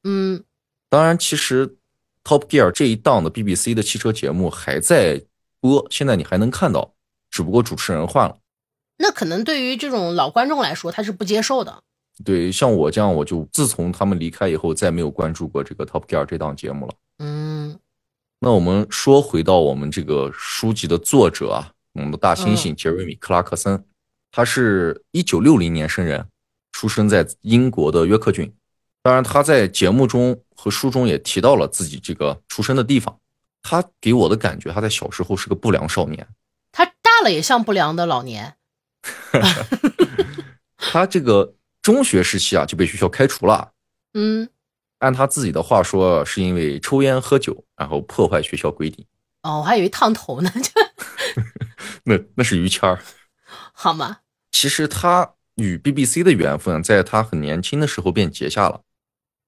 Speaker 2: 嗯，
Speaker 1: 当然，其实 Top Gear 这一档的 BBC 的汽车节目还在播，现在你还能看到，只不过主持人换了。
Speaker 2: 那可能对于这种老观众来说，他是不接受的。
Speaker 1: 对，像我这样，我就自从他们离开以后，再没有关注过这个 Top Gear 这档节目了。
Speaker 2: 嗯
Speaker 1: 那我们说回到我们这个书籍的作者啊，我们的大猩猩杰瑞米·克拉克森，他是一九六零年生人，出生在英国的约克郡。当然，他在节目中和书中也提到了自己这个出生的地方。他给我的感觉，他在小时候是个不良少年。
Speaker 2: 他大了也像不良的老年。
Speaker 1: 他这个中学时期啊就被学校开除了，
Speaker 2: 嗯，
Speaker 1: 按他自己的话说，是因为抽烟喝酒，然后破坏学校规定。
Speaker 2: 哦，我还以为烫头呢， 就
Speaker 1: 那那是于谦儿。
Speaker 2: 好吗？
Speaker 1: 其实他与 BBC 的缘分，在他很年轻的时候便结下了。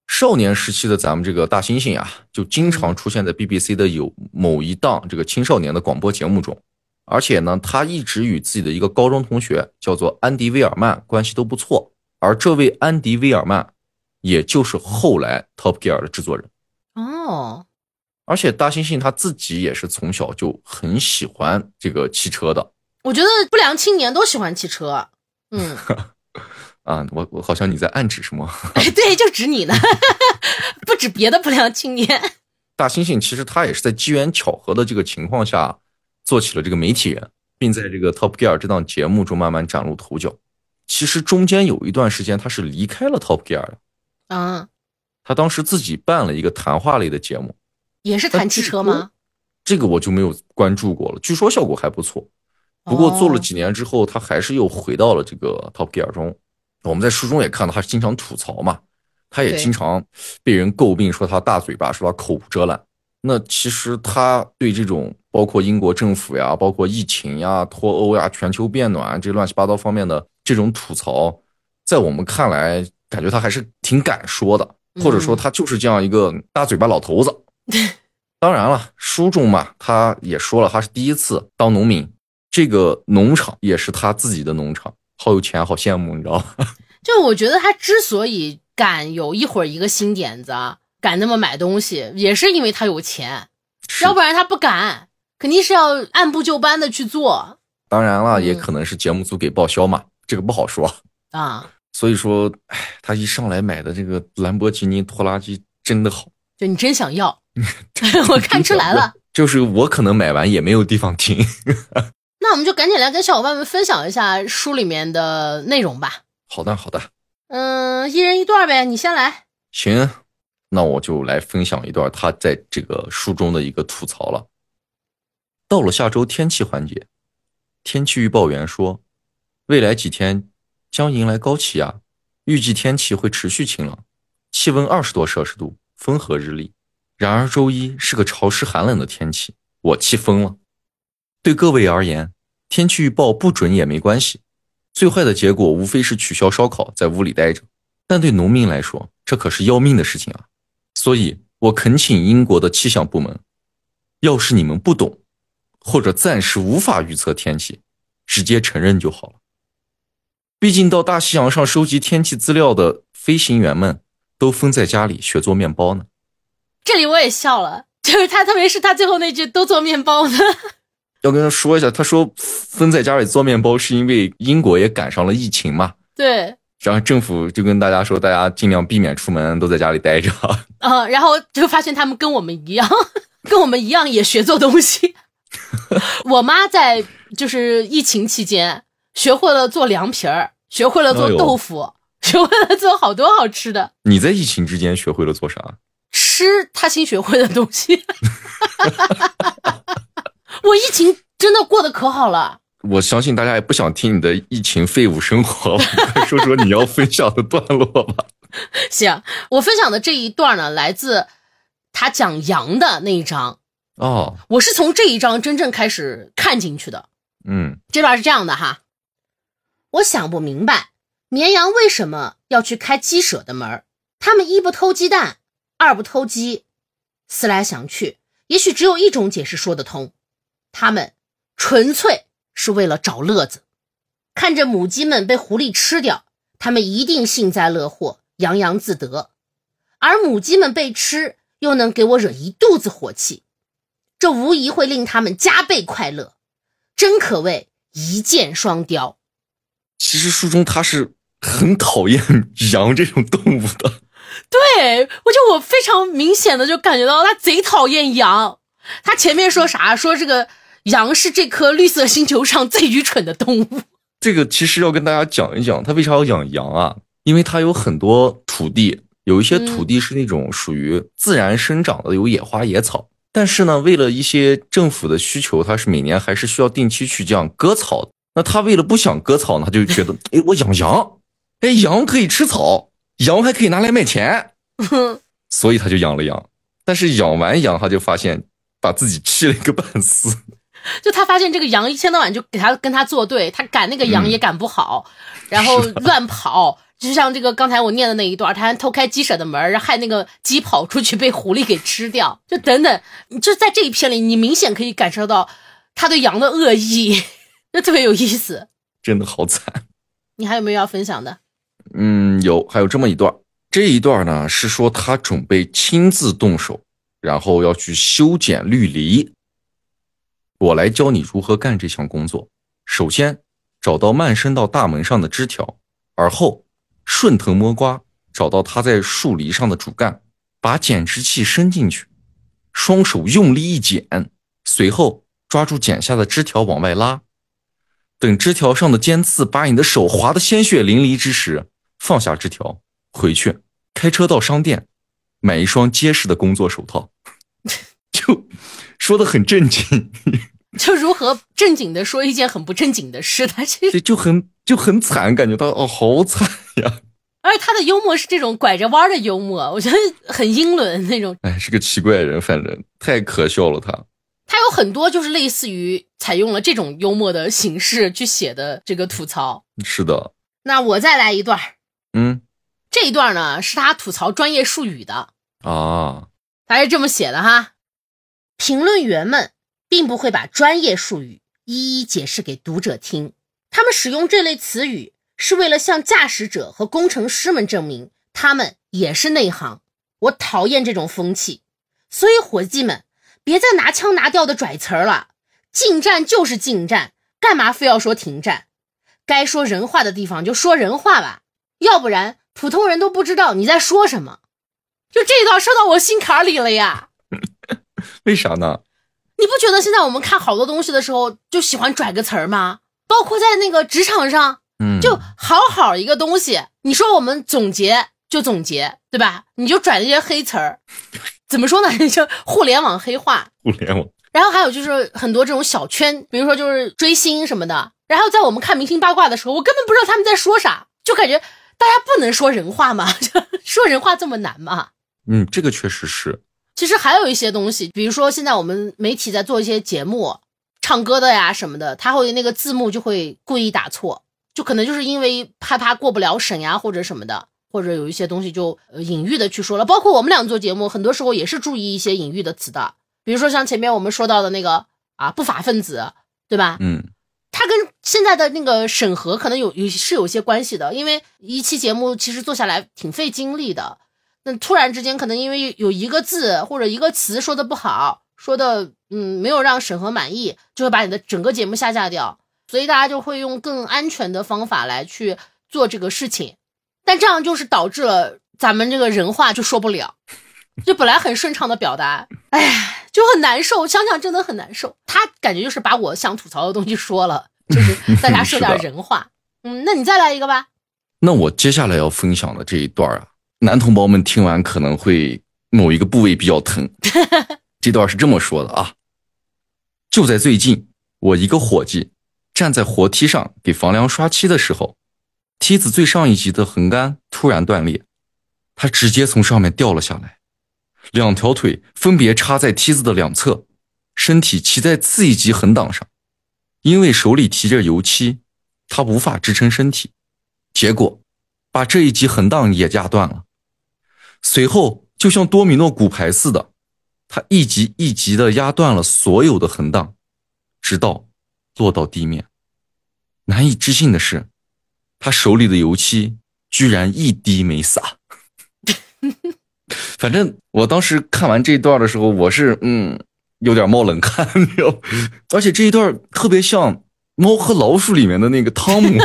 Speaker 1: 少年时期的咱们这个大猩猩啊，就经常出现在 BBC 的有某一档这个青少年的广播节目中，而且呢，他一直与自己的一个高中同学叫做安迪·威尔曼关系都不错，而这位安迪·威尔曼，也就是后来 Top Gear 的制作人。
Speaker 2: 哦，
Speaker 1: 而且大猩猩他自己也是从小就很喜欢这个汽车的
Speaker 2: 我觉得不良青年都喜欢汽车。嗯，
Speaker 1: 啊，我我好像你在暗指什么？
Speaker 2: 哎，对，就指你呢， 不止别的不良青年。
Speaker 1: 大猩猩其实他也是在机缘巧合的这个情况下做起了这个媒体人，并在这个 Top Gear 这档节目中慢慢崭露头角。其实中间有一段时间他是离开了 Top Gear 的，
Speaker 2: 嗯，
Speaker 1: 他当时自己办了一个谈话类的节目，
Speaker 2: 也是谈汽车吗？
Speaker 1: 呃这个我就没有关注过了。据说效果还不错，不过做了
Speaker 2: 哦
Speaker 1: 几年之后，他还是又回到了这个 Top Gear 中。我们在书中也看到，他经常吐槽嘛，他也
Speaker 2: 对
Speaker 1: 经常被人诟病说他大嘴巴，说他口无遮拦。那其实他对这种包括英国政府呀、包括疫情呀、脱欧呀、全球变暖啊这乱七八糟方面的这种吐槽，在我们看来，感觉他还是挺敢说的，或者说
Speaker 2: 嗯
Speaker 1: 他就是这样一个大嘴巴老头 子。当然了，书中嘛，他也说了，他是第一次当农民，这个农场也是他自己的农场，好有钱，好羡慕，你知道吗？
Speaker 2: 就我觉得他之所以敢有一会儿一个新点子，啊，敢那么买东西，也是因为他有钱，
Speaker 1: 是
Speaker 2: 要不然他不敢，肯定是要按部就班的去做
Speaker 1: 当然了，
Speaker 2: 嗯
Speaker 1: 也可能是节目组给报销嘛，这个不好说。
Speaker 2: 啊。
Speaker 1: 所以说，哎，他一上来买的这个兰博基尼拖拉机真的好，
Speaker 2: 就你真想要， 我看出来了。
Speaker 1: 就是我可能买完也没有地方停。
Speaker 2: 那我们就赶紧来跟小伙伴们分享一下书里面的内容吧。
Speaker 1: 好的，好的，
Speaker 2: 嗯，一人一段呗，你先来。
Speaker 1: 行，那我就来分享一段他在这个书中的一个吐槽了。到了下周天气环节，天气预报员说，未来几天将迎来高气压，预计天气会持续晴朗，气温二十多摄氏度，风和日丽。然而周一是个潮湿寒冷的天气，我气疯了。对各位而言，天气预报不准也没关系，最坏的结果无非是取消烧烤，在屋里待着。但对农民来说，这可是要命的事情啊！所以，我恳请英国的气象部门，要是你们不懂，或者暂时无法预测天气，直接承认就好了。毕竟，到大西洋上收集天气资料的飞行员们都封在家里学做面包呢。
Speaker 2: 这里我也笑了，就是他，特别是他最后那句“都做面包呢
Speaker 1: 要跟他说一下，他说封在家里做面包是因为英国也赶上了疫情嘛，”，
Speaker 2: 对，
Speaker 1: 然后政府就跟大家说，大家尽量避免出门，都在家里待着。
Speaker 2: 嗯，然后就发现他们跟我们一样， 跟我们一样也学做东西。 我妈在就是疫情期间学会了做凉皮儿，学会了做
Speaker 1: 哎呦
Speaker 2: 豆腐，学会了做好多好吃的，
Speaker 1: 你在疫情之间学会了做啥？
Speaker 2: 吃她新学会的东西。 我疫情真的过得可好了。
Speaker 1: 我相信大家也不想听你的疫情废物生活了，快说说你要分享的段落吧。
Speaker 2: 行，我分享的这一段呢，来自他讲羊的那一章，
Speaker 1: 哦，
Speaker 2: 我是从这一章真正开始看进去的。
Speaker 1: 嗯，
Speaker 2: 这段是这样的哈，我想不明白，绵羊为什么要去开鸡舍的门儿？他们一不偷鸡蛋，二不偷鸡。思来想去，也许只有一种解释说得通，他们纯粹是为了找乐子。看着母鸡们被狐狸吃掉，他们一定幸灾乐祸，洋洋自得；而母鸡们被吃，又能给我惹一肚子火气，这无疑会令他们加倍快乐。真可谓一箭双雕。
Speaker 1: 其实书中他是很讨厌 羊这种动物的，
Speaker 2: 对我就我非常明显的就感觉到他贼讨厌羊。他前面说啥？说这个羊是这颗绿色星球上最愚蠢的动物。
Speaker 1: 这个其实要跟大家讲一讲，他为啥要养羊啊？因为他有很多土地，有一些土地是那种属于自然生长的，有野花野草。但是呢，为了一些政府的需求，他是每年还是需要定期去这样割草的。那他为了不想割草呢，他就觉得，哎，我养羊，哎，羊可以吃草，羊还可以拿来卖钱，所以他就养了羊。但是养完羊，他就发现把自己气了一个半死。
Speaker 2: 就他发现这个羊一天到晚就给他跟他作对，他赶那个羊
Speaker 1: 嗯
Speaker 2: 也赶不好，然后乱跑。就像这个刚才我念的那一段，他还偷开鸡舍的门儿，害那个鸡跑出去被狐狸给吃掉，就等等，就在这一篇里，你明显可以感受到他对羊的恶意， 就特别有意思。
Speaker 1: 真的好惨。
Speaker 2: 你还有没有要分享的？
Speaker 1: 嗯，有，还有这么一段儿，这一段儿呢是说他准备亲自动手，然后要去修剪绿篱。我来教你如何干这项工作。首先，找到漫伸到大门上的枝条，而后顺藤摸瓜，找到它在树篱上的主干，把剪枝器伸进去，双手用力一剪，随后抓住剪下的枝条往外拉。等枝条上的尖刺把你的手划得鲜血淋漓之时，放下枝条，回去开车到商店，买一双结实的工作手套。 就说的很正经，
Speaker 2: 就如何正经的说一件很不正经的事，他这，
Speaker 1: 对，就很就很惨，感觉到哦，好惨呀！
Speaker 2: 而且他的幽默是这种拐着弯儿的幽默，我觉得很英伦那种。
Speaker 1: 哎，是个奇怪人，反正太可笑了他。
Speaker 2: 他有很多就是类似于采用了这种幽默的形式去写的这个吐槽。
Speaker 1: 是的，
Speaker 2: 那我再来一段儿，
Speaker 1: 嗯
Speaker 2: 这一段儿呢是他吐槽专业术语的，
Speaker 1: 啊，
Speaker 2: 他是这么写的哈：评论员们并不会把专业术语一一解释给读者听，他们使用这类词语是为了向驾驶者和工程师们证明他们也是内行。我讨厌这种风气，所以伙计们，别再拿腔拿调的拽词儿了。进站就是进站，干嘛非要说停站？该说人话的地方就说人话吧，要不然普通人都不知道你在说什么。就这一段说到我心坎儿里了呀！
Speaker 1: 为啥呢？
Speaker 2: 你不觉得现在我们看好多东西的时候就喜欢拽个词儿吗？包括在那个职场上，
Speaker 1: 嗯，
Speaker 2: 就好好一个东西，你说我们总结就总结，对吧？你就拽那些黑词儿，怎么说呢？就互联网黑话。
Speaker 1: 互联网，
Speaker 2: 然后还有就是很多这种小圈，比如说就是追星什么的。然后在我们看明星八卦的时候，我根本不知道他们在说啥，就感觉大家不能说人话嘛，就 说人话这么难吗？
Speaker 1: 嗯，这个确实是，
Speaker 2: 其实还有一些东西，比如说现在我们媒体在做一些节目，唱歌的呀什么的，他会那个字幕就会故意打错，就可能就是因为害怕过不了审呀或者什么的，或者有一些东西就呃隐喻的去说了。包括我们俩做节目，很多时候也是注意一些隐喻的词的，比如说像前面我们说到的那个啊不法分子，对吧？
Speaker 1: 嗯
Speaker 2: 它跟现在的那个审核可能有有是有些关系的，因为一期节目其实做下来挺费精力的。那突然之间，可能因为有一个字或者一个词说的不好，说的嗯没有让审核满意，就会把你的整个节目下架掉。所以大家就会用更安全的方法来去做这个事情，但这样就是导致了咱们这个人话就说不了，就本来很顺畅的表达，哎，就很难受。想想真的很难受。他感觉就是把我想吐槽的东西说了， 就是大家
Speaker 1: 是
Speaker 2: 说点
Speaker 1: 的
Speaker 2: 人话。嗯，那你再来一个吧。
Speaker 1: 那我接下来要分享的这一段啊，男同胞们听完可能会某一个部位比较疼。这段是这么说的啊：就在最近，我一个伙计站在活梯上给房梁刷漆的时候，梯子最上一级的横杆突然断裂，他直接从上面掉了下来，两条腿分别插在梯子的两侧，身体骑在次一级横档上，因为手里提着油漆，他无法支撑身体。结果把这一级横档也压断了。随后，就像多米诺骨牌似的，他一级一级的压断了所有的横档，直到落到地面。难以置信的是，他手里的油漆居然一滴没洒。 反正我当时看完这一段的时候，我是嗯有点冒冷汗，你知道吗而且这一段特别像《猫和老鼠》里面的那个汤姆。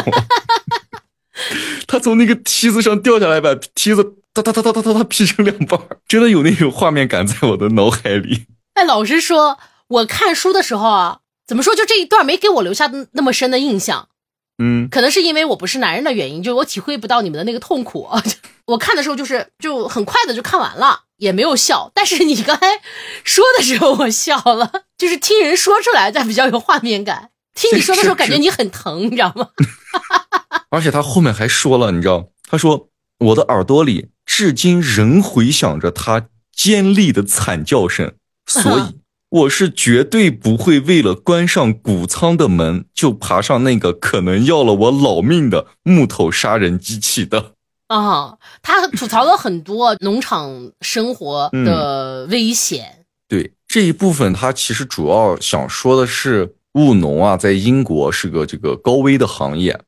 Speaker 1: 他从那个梯子上掉下来，把梯子哒哒哒哒哒哒哒劈成两半儿，真的有那种画面感在我的脑海里。
Speaker 2: 哎，老实说，我看书的时候啊，怎么说，就这一段没给我留下那么深的印象，
Speaker 1: 嗯
Speaker 2: 可能是因为我不是男人的原因，就我体会不到你们的那个痛苦。啊 我看的时候就是就很快的就看完了，也没有笑。但是你刚才说的时候，我笑了，就是听人说出来才比较有画面感。听你说的时候，
Speaker 1: 是是
Speaker 2: 感觉你很疼，你知道吗？
Speaker 1: 而且他后面还说了，你知道，他说我的耳朵里至今仍回响着他尖利的惨叫声，所以我是绝对不会为了关上谷仓的门就爬上那个可能要了我老命的木头杀人机器的。
Speaker 2: 啊、他吐槽了很多农场生活
Speaker 1: 嗯
Speaker 2: 的危险。
Speaker 1: 对这一部分，他其实主要想说的是，务农啊，在英国是个这个高危的行业，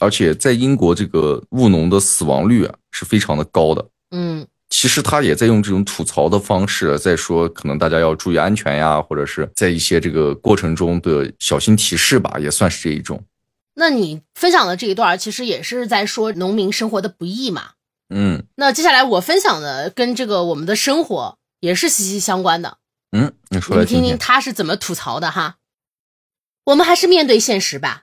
Speaker 1: 而且在英国这个务农的死亡率啊是非常的高的。
Speaker 2: 嗯
Speaker 1: 其实他也在用这种吐槽的方式啊在说，可能大家要注意安全呀，或者是在一些这个过程中的小心提示吧，也算是这一种。
Speaker 2: 那你分享的这一段儿，其实也是在说农民生活的不易嘛。
Speaker 1: 嗯
Speaker 2: 那接下来我分享的跟这个我们的生活也是息息相关的，
Speaker 1: 嗯，你说
Speaker 2: 你
Speaker 1: 来
Speaker 2: 们
Speaker 1: 听
Speaker 2: 听听
Speaker 1: 听。
Speaker 2: 他是怎么吐槽的哈。我们还是面对现实吧。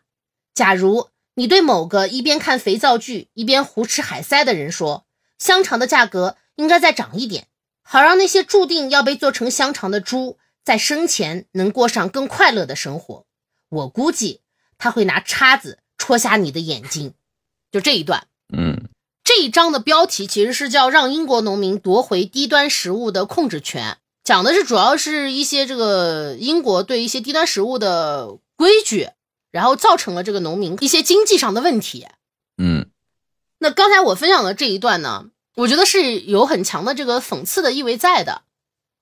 Speaker 2: 假如你对某个一边看肥皂剧一边胡吃海塞的人说，香肠的价格应该再涨一点，好让那些注定要被做成香肠的猪在生前能过上更快乐的生活，我估计他会拿叉子戳瞎你的眼睛。就这一段。
Speaker 1: 嗯
Speaker 2: 这一章的标题其实是叫“让英国农民夺回低端食物的控制权”，讲的是主要是一些这个英国对一些低端食物的规矩，然后造成了这个农民一些经济上的问题。
Speaker 1: 嗯
Speaker 2: 那刚才我分享的这一段呢，我觉得是有很强的这个讽刺的意味在的。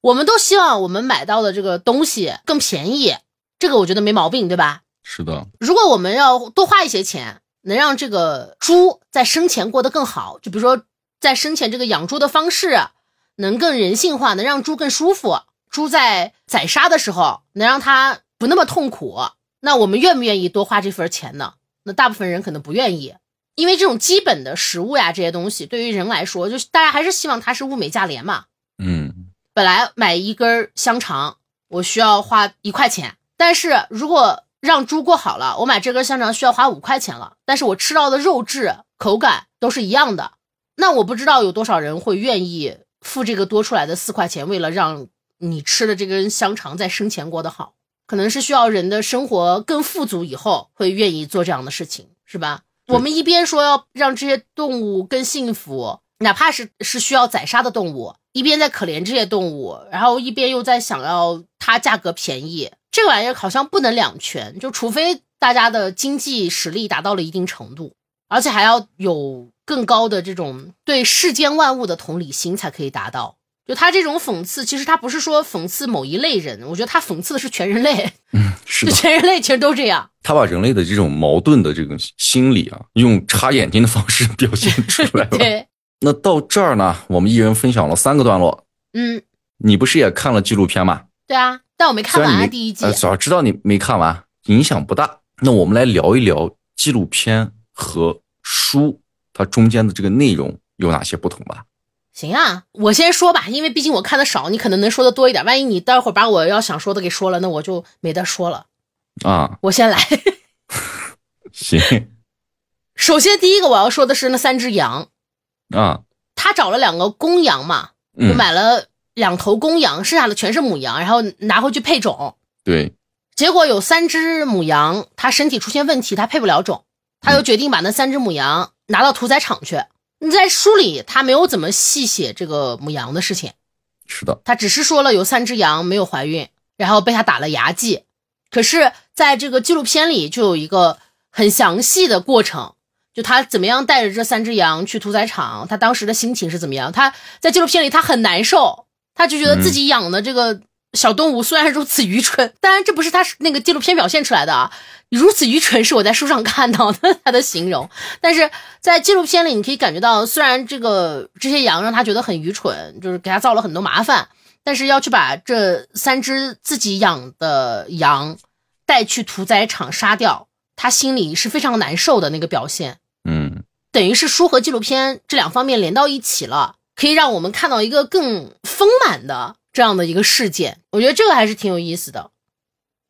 Speaker 2: 我们都希望我们买到的这个东西更便宜，这个我觉得没毛病，对吧？
Speaker 1: 是的，
Speaker 2: 如果我们要多花一些钱，能让这个猪在生前过得更好，就比如说在生前这个养猪的方式啊能更人性化，能让猪更舒服，猪在宰杀的时候能让它不那么痛苦，那我们愿不愿意多花这份钱呢？那大部分人可能不愿意，因为这种基本的食物呀这些东西，对于人来说，就是大家还是希望它是物美价廉嘛。
Speaker 1: 嗯，
Speaker 2: 本来买一根香肠，我需要花一块钱，但是如果让猪过好了，我买这根香肠需要花五块钱了，但是我吃到的肉质、口感都是一样的，那我不知道有多少人会愿意付这个多出来的四块钱，为了让你吃的这根香肠在生前过得好，可能是需要人的生活更富足以后会愿意做这样的事情，是吧？
Speaker 1: 对
Speaker 2: 我们一边说要让这些动物更幸福，哪怕是是需要宰杀的动物，一边在可怜这些动物，然后一边又在想要它价格便宜，这个玩意儿好像不能两全，就除非大家的经济实力达到了一定程度，而且还要有更高的这种对世间万物的同理心才可以达到。就他这种讽刺，其实他不是说讽刺某一类人，我觉得他讽刺的是全人类，
Speaker 1: 是
Speaker 2: 就
Speaker 1: 的，
Speaker 2: 全人类其实都 这样。
Speaker 1: 他把人类的这种矛盾的这种心理啊，用插眼睛的方式表现出来了。
Speaker 2: 对，
Speaker 1: 那到这儿呢，我们一人分享了三个段落。
Speaker 2: 嗯，
Speaker 1: 你不是也看了纪录片吗？
Speaker 2: 对啊，但我没看
Speaker 1: 虽
Speaker 2: 完
Speaker 1: 然你
Speaker 2: 啊
Speaker 1: 没
Speaker 2: 第一季
Speaker 1: 呃，，早知道你没看完，影响不大。那我们来聊一聊纪录片和书它中间的这个内容有哪些不同吧。
Speaker 2: 行啊，我先说吧，因为毕竟我看的少，你可能能说的多一点。万一你待会儿把我要想说的给说了，那我就没得说了。
Speaker 1: 啊，
Speaker 2: 我先来，
Speaker 1: 行
Speaker 2: 首先第一个我要说的是那三只羊，
Speaker 1: 啊，
Speaker 2: 他找了两个公羊嘛，就
Speaker 1: 嗯，
Speaker 2: 买了两头公羊，剩下的全是母羊，然后拿回去配种。
Speaker 1: 对，
Speaker 2: 结果有三只母羊，它身体出现问题，它配不了种，他就决定把那三只母羊拿到屠宰场去。在书里，他没有怎么细写这个母羊的事情，
Speaker 1: 是的，
Speaker 2: 他只是说了有三只羊没有怀孕，然后被他打了牙祭。可是，在这个纪录片里就有一个很详细的过程，就他怎么样带着这三只羊去屠宰场，他当时的心情是怎么样。他在纪录片里他很难受，他就觉得自己养的这个小动物虽然如此愚蠢， 当然这不是他那个纪录片表现出来的啊，如此愚蠢是我在书上看到的他的形容。但是在纪录片里，你可以感觉到，虽然这个这些羊让他觉得很愚蠢，就是给他造了很多麻烦，但是要去把这三只自己养的羊带去屠宰场杀掉，他心里是非常难受的那个表现，
Speaker 1: 嗯，
Speaker 2: 等于是书和纪录片这两方面连到一起了，可以让我们看到一个更丰满的这样的一个事件。我觉得这个还是挺有意思的。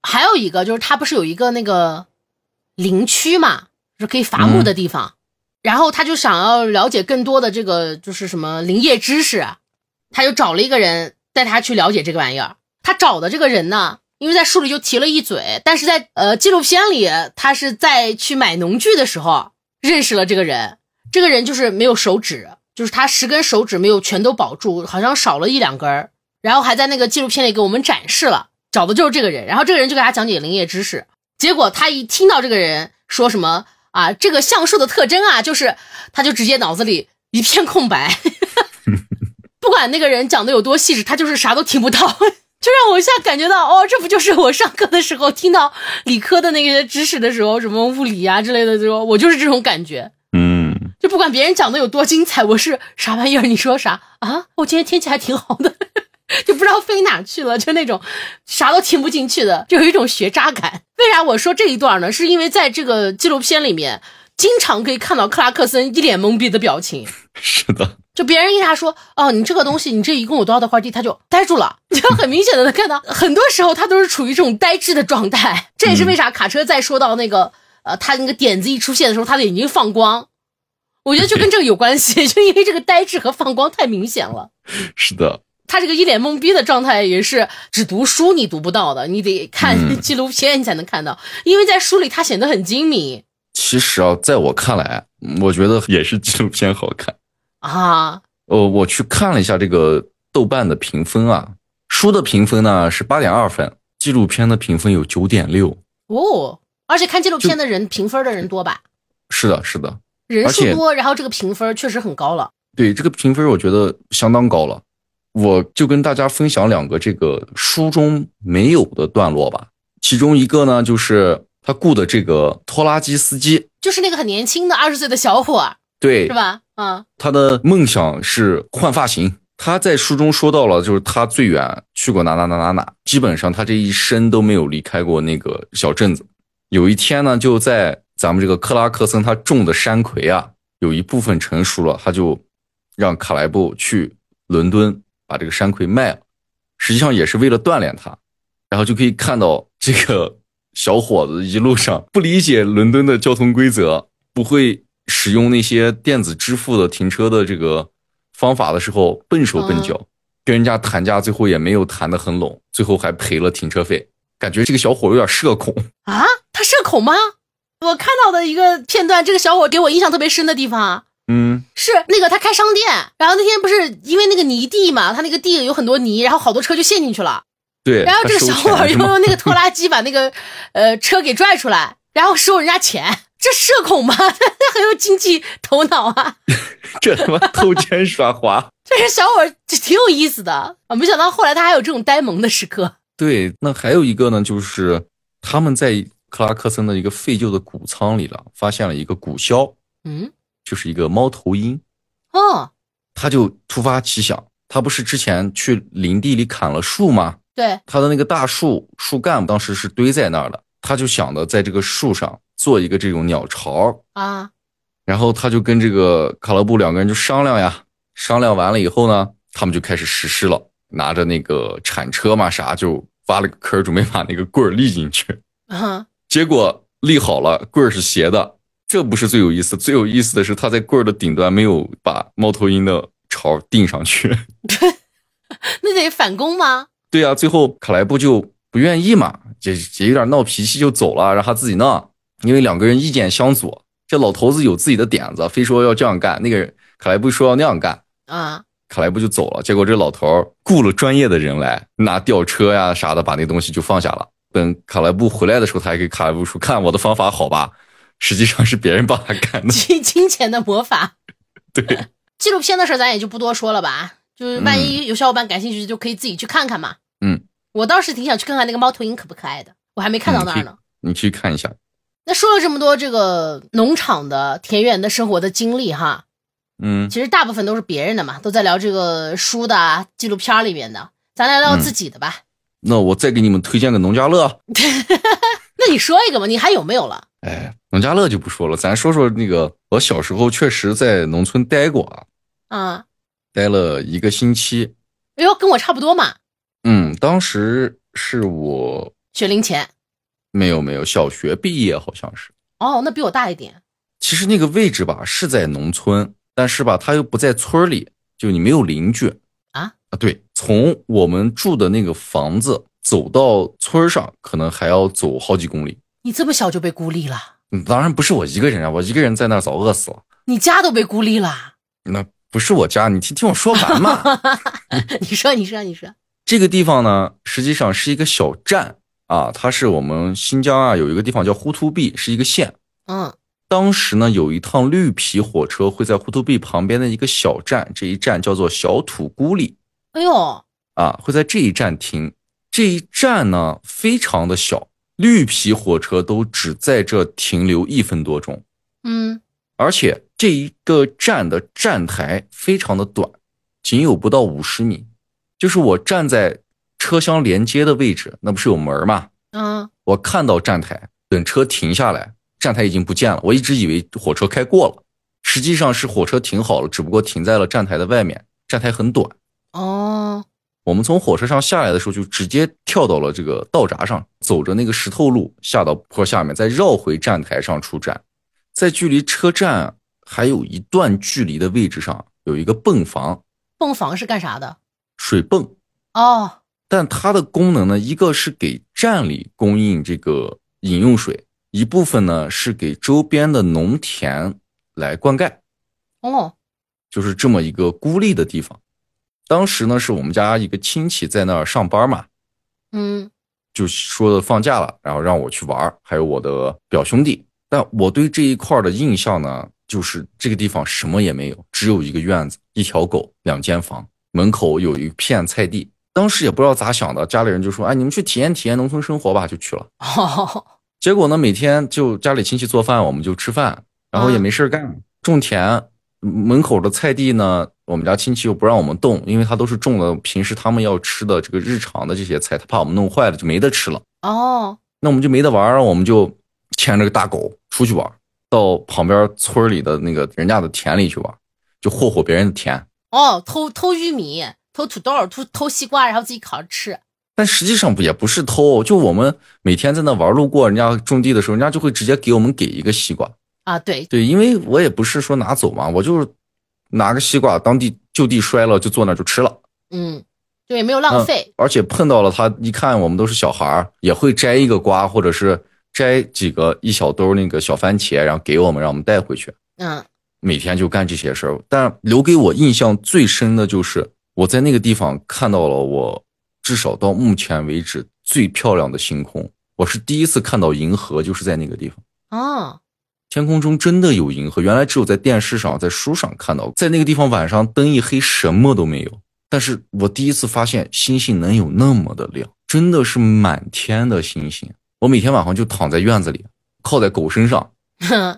Speaker 2: 还有一个就是，他不是有一个那个林区嘛，就是可以伐木的地方，然后他就想要了解更多的这个就是什么林业知识啊，他就找了一个人带他去了解这个玩意儿。他找的这个人呢，因为在书里就提了一嘴，但是在呃纪录片里，他是在去买农具的时候认识了这个人。这个人就是没有手指，就是他十根手指没有全都保住，好像少了一两根儿。然后还在那个纪录片里给我们展示了，找的就是这个人。然后这个人就给他讲解林业知识，结果他一听到这个人说什么啊，这个橡树的特征啊，就是他就直接脑子里一片空白， 不管那个人讲的有多细致，他就是啥都听不到。就让我一下感觉到，哦，这不就是我上课的时候听到理科的那些知识的时候，什么物理啊之类的，时候，我就是这种感觉。
Speaker 1: 嗯，
Speaker 2: 就不管别人讲的有多精彩，我是啥玩意儿？你说啥啊？我今天天气还挺好的， 就不知道飞哪去了，就那种啥都听不进去的，就有一种学渣感。为啥我说这一段呢？是因为在这个纪录片里面，经常可以看到克拉克森一脸懵逼的表情。
Speaker 1: 是的，
Speaker 2: 就别人一他说哦，你这个东西，你这一共有多少块地，他就呆住了， 就很明显的能看到，很多时候他都是处于这种呆滞的状态。这也是为啥卡车在说到那个呃，他那个点子一出现的时候，他的眼睛放光，我觉得就跟这个有关系， 就因为这个呆滞和放光太明显了。
Speaker 1: 是的，
Speaker 2: 他这个一脸懵逼的状态也是只读书你读不到的，你得看
Speaker 1: 嗯
Speaker 2: 纪录片你才能看到，因为在书里他显得很精明
Speaker 1: 其实啊，在我看来，我觉得也是纪录片好看。
Speaker 2: 啊，
Speaker 1: 呃，我去看了一下这个豆瓣的评分啊，书的评分呢是八点二分，纪录片的评分有九点六。
Speaker 2: 哦，而且看纪录片的人评分的人多吧？
Speaker 1: 是的，是的，
Speaker 2: 人
Speaker 1: 而
Speaker 2: 数
Speaker 1: 且
Speaker 2: 多，然后这个评分确实很高了。
Speaker 1: 对这个评分，我觉得相当高了。我就跟大家分享两个这个书中没有的段落吧。其中一个呢，就是他雇的这个拖拉机司机，
Speaker 2: 就是那个很年轻的二十岁的小伙儿，
Speaker 1: 对，
Speaker 2: 是吧？嗯，
Speaker 1: 他的梦想是换发型。他在书中说到了，就是他最远去过哪哪哪哪哪，基本上他这一生都没有离开过那个小镇子。有一天呢，就在咱们这个克拉克森他种的山葵啊，有一部分成熟了，他就让卡莱布去伦敦把这个山葵卖了，实际上也是为了锻炼他。然后就可以看到这个小伙子一路上不理解伦敦的交通规则，不会使用那些电子支付的停车的这个方法的时候，笨手笨脚，跟人家谈价，最后也没有谈得很拢，最后还赔了停车费。感觉这个小伙有点社恐，
Speaker 2: 啊，他社恐吗？我看到的一个片段，这个小伙给我印象特别深的地方啊，
Speaker 1: 嗯，
Speaker 2: 是那个他开商店，然后那天不是因为那个泥地嘛，他那个地有很多泥，然后好多车就陷进去了，
Speaker 1: 对。
Speaker 2: 然后这个
Speaker 1: 他
Speaker 2: 小
Speaker 1: 收
Speaker 2: 伙
Speaker 1: 钱
Speaker 2: 又
Speaker 1: 是吗
Speaker 2: 用那 个拖拉机把那个呃车给拽出来，然后收人家钱，这社恐吗？ 他很有经济头脑啊，
Speaker 1: 这他妈偷奸耍滑，
Speaker 2: 这个小伙就挺有意思的啊，没想到后来他还有这种呆萌的时刻。
Speaker 1: 对。那还有一个呢，就是他们在克拉克森的一个废旧的谷仓里了，发现了一个谷鸮，
Speaker 2: 嗯，
Speaker 1: 就是一个猫头鹰。
Speaker 2: 哦，
Speaker 1: 他就突发奇想，他不是之前去林地里砍了树吗？
Speaker 2: 对，
Speaker 1: 他的那个大树树干当时是堆在那儿的，他就想的在这个树上做一个这种鸟巢，
Speaker 2: 啊，
Speaker 1: 然后他就跟这个卡勒布两个人就商量呀，商量完了以后呢，他们就开始实施了，拿着那个铲车嘛啥就挖了个坑儿，准备把那个棍儿立进去，
Speaker 2: 嗯，
Speaker 1: 结果立好了，棍儿是斜的。这不是最有意思，最有意思的是他在棍儿的顶端没有把猫头鹰的巢钉上去。
Speaker 2: 那得反攻吗？
Speaker 1: 对啊，最后卡莱布就不愿意嘛，也也有点闹脾气就走了，让他自己弄。因为两个人意见相左，这老头子有自己的点子，非说要这样干，那个人卡莱布说要那样干，
Speaker 2: 啊，
Speaker 1: 卡莱布就走了。结果这老头儿雇了专业的人来拿吊车呀啥的，把那东西就放下了。等卡莱布回来的时候，他还给卡莱布说：“看我的方法好吧？”实际上是别人帮他干的。
Speaker 2: 金金钱的魔法。
Speaker 1: 对，
Speaker 2: 纪录片的事儿咱也就不多说了吧，就是万一有小伙伴感兴趣，就可以自己去看看嘛。
Speaker 1: 嗯，
Speaker 2: 我倒是挺想去看看那个猫头鹰可不可爱的，我还没看到那儿呢。
Speaker 1: 你去看一下。
Speaker 2: 那说了这么多这个农场的田园的生活的经历哈，
Speaker 1: 嗯，
Speaker 2: 其实大部分都是别人的嘛，都在聊这个书的、啊、纪录片里面的，咱来聊
Speaker 1: 嗯
Speaker 2: 自己的吧。
Speaker 1: 那我再给你们推荐个农家乐。
Speaker 2: 那你说一个吧，你还有没有了？
Speaker 1: 哎，农家乐就不说了，咱说说那个，我小时候确实在农村待过啊，
Speaker 2: 啊，
Speaker 1: 待了一个星期。
Speaker 2: 哎呦，跟我差不多嘛，
Speaker 1: 嗯，当时是我
Speaker 2: 学龄前。
Speaker 1: 没有没有小学毕业好像是。
Speaker 2: 哦，那比我大一点。
Speaker 1: 其实那个位置吧是在农村，但是吧它又不在村儿里，就你没有邻居
Speaker 2: 啊
Speaker 1: 啊。对，从我们住的那个房子走到村儿上，可能还要走好几公里。
Speaker 2: 你这么小就被孤立了，
Speaker 1: 嗯当然不是我一个人啊，我一个人在那儿早饿死了。
Speaker 2: 你家都被孤立了。
Speaker 1: 那不是我家，你听听我说完嘛。
Speaker 2: 你说，你说，你说。
Speaker 1: 这个地方呢，实际上是一个小站啊，它是我们新疆啊有一个地方叫呼图壁，是一个县。
Speaker 2: 嗯
Speaker 1: 当时呢，有一趟绿皮火车会在呼图壁旁边的一个小站，这一站叫做小土孤里，
Speaker 2: 哎呦，
Speaker 1: 啊，会在这一站停。这一站呢，非常的小，绿皮火车都只在这停留一分多钟，
Speaker 2: 嗯，
Speaker 1: 而且这一个站的站台非常的短，仅有不到五十米。就是我站在车厢连接的位置，那不是有门儿吗？
Speaker 2: 嗯，
Speaker 1: 我看到站台，等车停下来，站台已经不见了。我一直以为火车开过了，实际上是火车停好了，只不过停在了站台的外面。站台很短，
Speaker 2: 哦，
Speaker 1: 我们从火车上下来的时候，就直接跳到了这个道闸上，走着那个石头路下到坡下面，再绕回站台上出站。在距离车站还有一段距离的位置上，有一个泵房，
Speaker 2: 泵房是干啥的？
Speaker 1: 水泵。
Speaker 2: 哦，
Speaker 1: 但它的功能呢，一个是给站里供应这个饮用水，一部分呢是给周边的农田来灌溉。
Speaker 2: 哦，
Speaker 1: 就是这么一个孤立的地方。当时呢，是我们家一个亲戚在那儿上班嘛，
Speaker 2: 嗯，
Speaker 1: 就说的放假了，然后让我去玩儿，还有我的表兄弟。但我对这一块儿的印象呢，就是这个地方什么也没有，只有一个院子、一条狗、两间房，门口有一片菜地。当时也不知道咋想的，家里人就说：“哎，你们去体验体验农村生活吧。”就去了。
Speaker 2: 哦，
Speaker 1: 结果呢，每天就家里亲戚做饭，我们就吃饭，然后也没事儿干，种田。嗯门口的菜地呢，我们家亲戚又不让我们动，因为他都是种了平时他们要吃的这个日常的这些菜，他怕我们弄坏了就没得吃了。
Speaker 2: 哦，
Speaker 1: 那我们就没得玩儿，我们就牵着个大狗出去玩儿，到旁边村儿里的那个人家的田里去玩儿，就霍霍别人的田。
Speaker 2: 哦，偷偷玉米、偷土豆、偷偷西瓜，然后自己烤着吃。
Speaker 1: 但实际上也不是偷，就我们每天在那玩儿，路过人家种地的时候，人家就会直接给我们给一个西瓜。
Speaker 2: 啊，对，
Speaker 1: 对，因为我也不是说拿走嘛，我就是拿个西瓜当地就地摔了，就坐那儿就吃了。
Speaker 2: 嗯，对，没有浪费。
Speaker 1: 而且碰到了他，一看我们都是小孩儿，也会摘一个瓜，或者是摘几个一小兜那个小番茄，然后给我们，让我们带回去。
Speaker 2: 嗯，
Speaker 1: 每天就干这些事儿。但留给我印象最深的就是我在那个地方看到了我至少到目前为止最漂亮的星空。我是第一次看到银河，就是在那个地方，
Speaker 2: 哦，
Speaker 1: 天空中真的有银河。原来只有在电视上、在书上看到，在那个地方晚上灯一黑什么都没有，但是我第一次发现星星能有那么的亮，真的是满天的星星。我每天晚上就躺在院子里，靠在狗身上，
Speaker 2: 哼，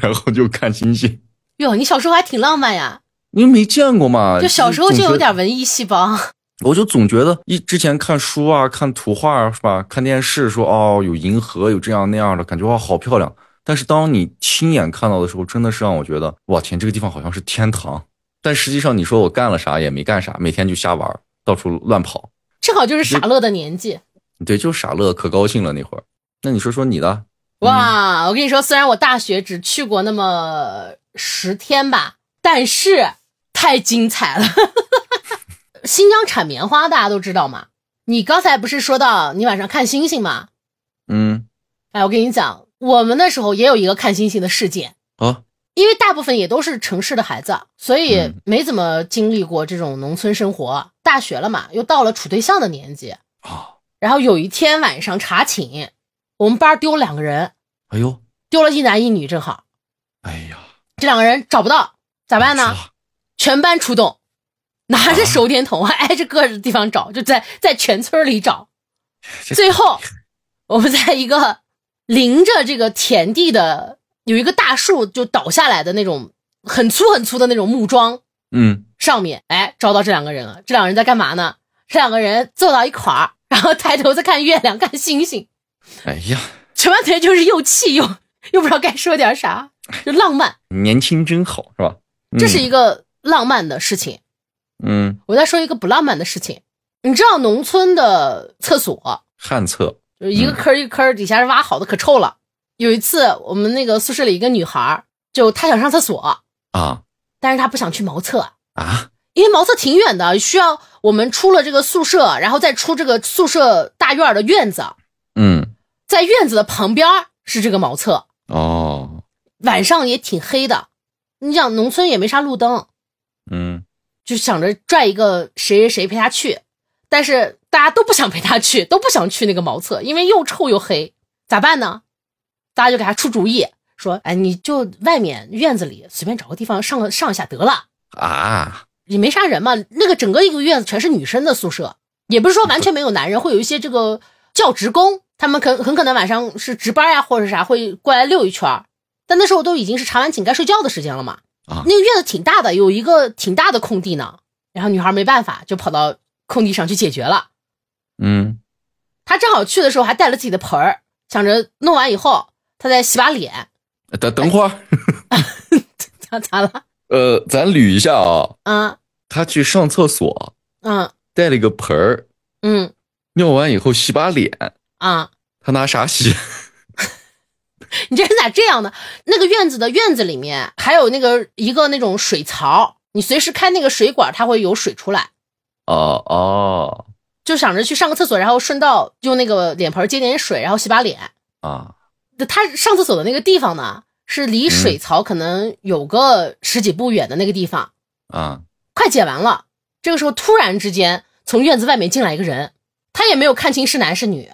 Speaker 1: 然后就看星星。
Speaker 2: 哟，你小时候还挺浪漫呀，
Speaker 1: 因为没见过嘛，
Speaker 2: 就小时候
Speaker 1: 啊总
Speaker 2: 就
Speaker 1: 觉
Speaker 2: 有
Speaker 1: 得
Speaker 2: 点文艺细胞。
Speaker 1: 我就总觉得一之前看书啊、看图画啊，是吧？看电视说哦，有银河，有这样那样的感觉，哇，好漂亮。但是当你亲眼看到的时候，真的是让我觉得，哇天，这个地方好像是天堂。但实际上，你说我干了啥也没干啥，每天就瞎玩儿，到处乱跑。
Speaker 2: 正好就是傻乐的年纪。
Speaker 1: 对，就傻乐，可高兴了那会儿。那你说说你的，
Speaker 2: 哇，我跟你说，虽然我大学只去过那么十天吧，但是太精彩了。 新疆产棉花，大家都知道嘛。你刚才不是说到你晚上看星星吗？
Speaker 1: 嗯，
Speaker 2: 哎，我跟你讲，我们那时候也有一个看星星的事件，
Speaker 1: 啊，
Speaker 2: 因为大部分也都是城市的孩子，所以
Speaker 1: 嗯
Speaker 2: 没怎么经历过这种农村生活。大学了嘛，又到了处对象的年纪。
Speaker 1: 啊，
Speaker 2: 然后有一天晚上查寝，我们班儿丢两个人，
Speaker 1: 哎呦，
Speaker 2: 丢了一男一女，正好。
Speaker 1: 哎呀，
Speaker 2: 这两个人找不到，咋办
Speaker 1: 啊
Speaker 2: 呢？全班出动，拿着手电筒，挨着各个地方找，就在在全村里找。
Speaker 1: 这
Speaker 2: 最后，我们在一个临着这个田地的有一个大树就倒下来的那种很粗很粗的那种木桩
Speaker 1: 嗯，
Speaker 2: 上面，哎，找到这两个人了。这两个人在干嘛呢？这两个人坐到一块儿，然后抬头在看月亮、看星星，
Speaker 1: 哎呀，
Speaker 2: 全班同学就是又气又又不知道该说点啥，就浪漫。
Speaker 1: 年轻真好，是吧？嗯
Speaker 2: 这是一个浪漫的事情。
Speaker 1: 嗯，
Speaker 2: 我再说一个不浪漫的事情，你知道农村的厕所
Speaker 1: 旱厕，
Speaker 2: 就是一个坑儿一个坑儿底下是挖好的，可臭了。有一次我们那个宿舍里一个女孩儿，就她想上厕所，
Speaker 1: 啊
Speaker 2: 但是她不想去茅厕，
Speaker 1: 啊，
Speaker 2: 因为茅厕挺远的，需要我们出了这个宿舍，然后再出这个宿舍大院儿的院子，
Speaker 1: 嗯，
Speaker 2: 在院子的旁边儿是这个茅厕，
Speaker 1: 哦，
Speaker 2: 晚上也挺黑的。你想农村也没啥路灯，
Speaker 1: 嗯，
Speaker 2: 就想着拽一个谁谁谁陪他去，但是大家都不想陪他去，都不想去那个茅厕，因为又臭又黑，咋办呢？大家就给他出主意，说：“哎，你就外面院子里随便找个地方上个上一下得了，
Speaker 1: 啊，
Speaker 2: 也没啥人嘛。那个整个一个院子全是女生的宿舍，也不是说完全没有男人，会有一些这个教职工，他们可很可能晚上是值班呀、或者是啥，会过来溜一圈儿。但那时候都已经是查完寝该睡觉的时间了嘛。
Speaker 1: 啊
Speaker 2: 那个院子挺大的，有一个挺大的空地呢。然后女孩没办法，就跑到空地上去解决了。
Speaker 1: 嗯，
Speaker 2: 她正好去的时候还带了自己的盆儿，想着弄完以后她再洗把脸。
Speaker 1: 等等会儿，
Speaker 2: 咋咋了？
Speaker 1: 呃，咱捋一下啊，
Speaker 2: 啊
Speaker 1: 他去上厕所，
Speaker 2: 嗯
Speaker 1: 带了一个盆儿，
Speaker 2: 嗯
Speaker 1: 尿完以后洗把脸，
Speaker 2: 啊！
Speaker 1: 他拿啥洗？
Speaker 2: 你这人咋这样呢？那个院子的院子里面还有那个一个那种水槽，你随时开那个水管，它会有水出来。
Speaker 1: 哦哦
Speaker 2: 就想着去上个厕所，然后顺道用那个脸盆接点水，然后洗把脸。
Speaker 1: 啊，
Speaker 2: 他上厕所的那个地方呢，是离水槽可能有个十几步远的那个地方。
Speaker 1: 啊
Speaker 2: 快解完了，这个时候突然之间从院子外面进来一个人，他也没有看清是男是女，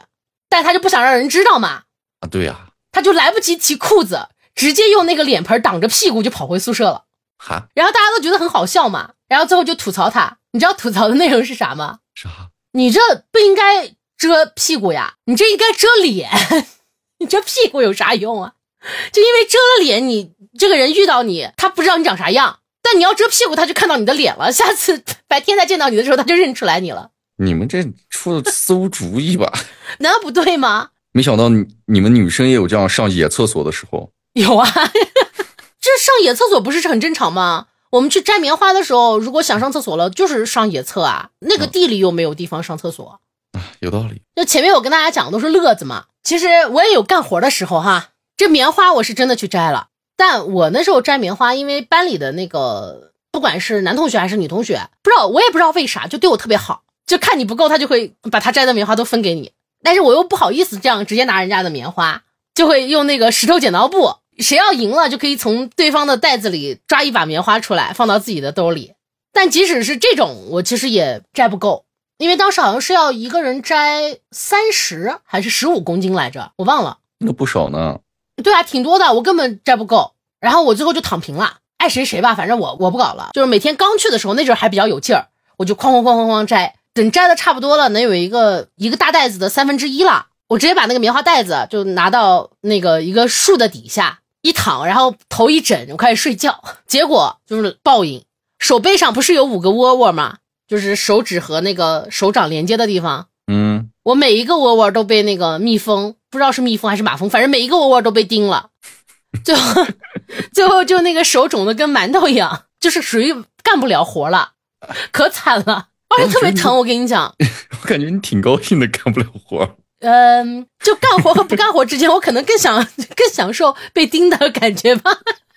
Speaker 2: 但他就不想让人知道嘛，
Speaker 1: 啊，对呀、
Speaker 2: 他就来不及提裤子，直接用那个脸盆挡着屁股就跑回宿舍了。
Speaker 1: 哈
Speaker 2: 然后大家都觉得很好笑嘛，然后最后就吐槽他。你知道吐槽的内容是啥吗？
Speaker 1: 啥？
Speaker 2: 你这不应该遮屁股呀，你这应该遮脸。 你撅屁股有啥用啊？就因为遮了脸，你这个人遇到你，他不知道你长啥样，但你要遮屁股，他就看到你的脸了。下次 白天再见到你的时候，他就认出来你了，
Speaker 1: 你们这出的馊主意吧？
Speaker 2: 难道不对吗？
Speaker 1: 没想到你你们女生也有这样上野厕所的时候。
Speaker 2: 有啊， 这上野厕所不是很正常吗？我们去摘棉花的时候，如果想上厕所了，就是上野厕啊。那个地里又没有地方上厕所，
Speaker 1: 啊，有道理。
Speaker 2: 就前面我跟大家讲的都是乐子嘛，其实我也有干活的时候哈。这棉花我是真的去摘了，但我那时候摘棉花，因为班里的那个不管是男同学还是女同学，不知道我也不知道为啥就对我特别好，就看你不够，他就会把他摘的棉花都分给你。但是我又不好意思这样直接拿人家的棉花，就会用那个石头剪刀布，谁要赢了就可以从对方的袋子里抓一把棉花出来放到自己的兜里。但即使是这种，我其实也摘不够，因为当时好像是要一个人摘三十还是十五公斤来着，我忘了。
Speaker 1: 那不少呢。
Speaker 2: 对啊，挺多的，我根本摘不够。然后我最后就躺平了，爱谁谁吧，反正我我不搞了。就是每天刚去的时候，那阵儿还比较有劲儿，我就哐哐哐哐哐摘。等摘的差不多了，能有一个一个大袋子的三分之一了，我直接把那个棉花袋子就拿到那个一个树的底下一躺，然后头一枕，我开始睡觉。结果就是报应，手背上不是有五个窝窝吗？就是手指和那个手掌连接的地方，
Speaker 1: 嗯，
Speaker 2: 我每一个窝窝都被那个蜜蜂，不知道是蜜蜂还是马蜂，反正每一个窝窝都被叮了。最后，最后就那个手肿的跟馒头一样，就是属于干不了活了，可惨了，而且特别疼。我跟你讲，
Speaker 1: 我感觉你挺高兴的，干不了活儿。
Speaker 2: 嗯，就干活和不干活之间，我可能更想更享受被叮的感觉吧，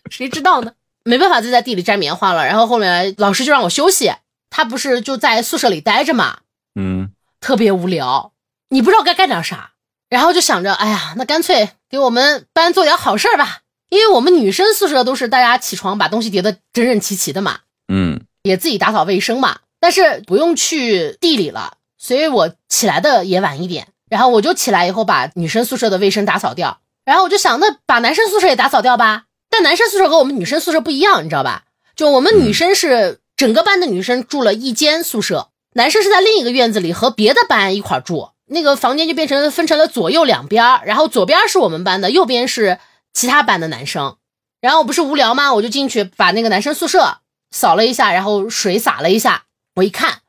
Speaker 2: 谁知道呢？没办法，就在地里摘棉花了。然后后来老师就让我休息，他不是就在宿舍里待着嘛，
Speaker 1: 嗯，
Speaker 2: 特别无聊，你不知道该干点啥，然后就想着，哎呀，那干脆给我们班做点好事儿吧，因为我们女生宿舍都是大家起床把东西叠得整整齐齐的嘛，
Speaker 1: 嗯，
Speaker 2: 也自己打扫卫生嘛，但是不用去地里了，所以我起来的也晚一点，然后我就起来以后把女生宿舍的卫生打扫掉，然后我就想，那把男生宿舍也打扫掉吧，但男生宿舍和我们女生宿舍不一样，你知道吧？就我们女生是整个班的女生住了一间宿舍，男生是在另一个院子里和别的班一块儿住，那个房间就变成分成了左右两边儿，然后左边是我们班的，右边是其他班的男生。然后我不是无聊吗？我就进去把那个男生宿舍扫了一下，然后水洒了一下。我一看，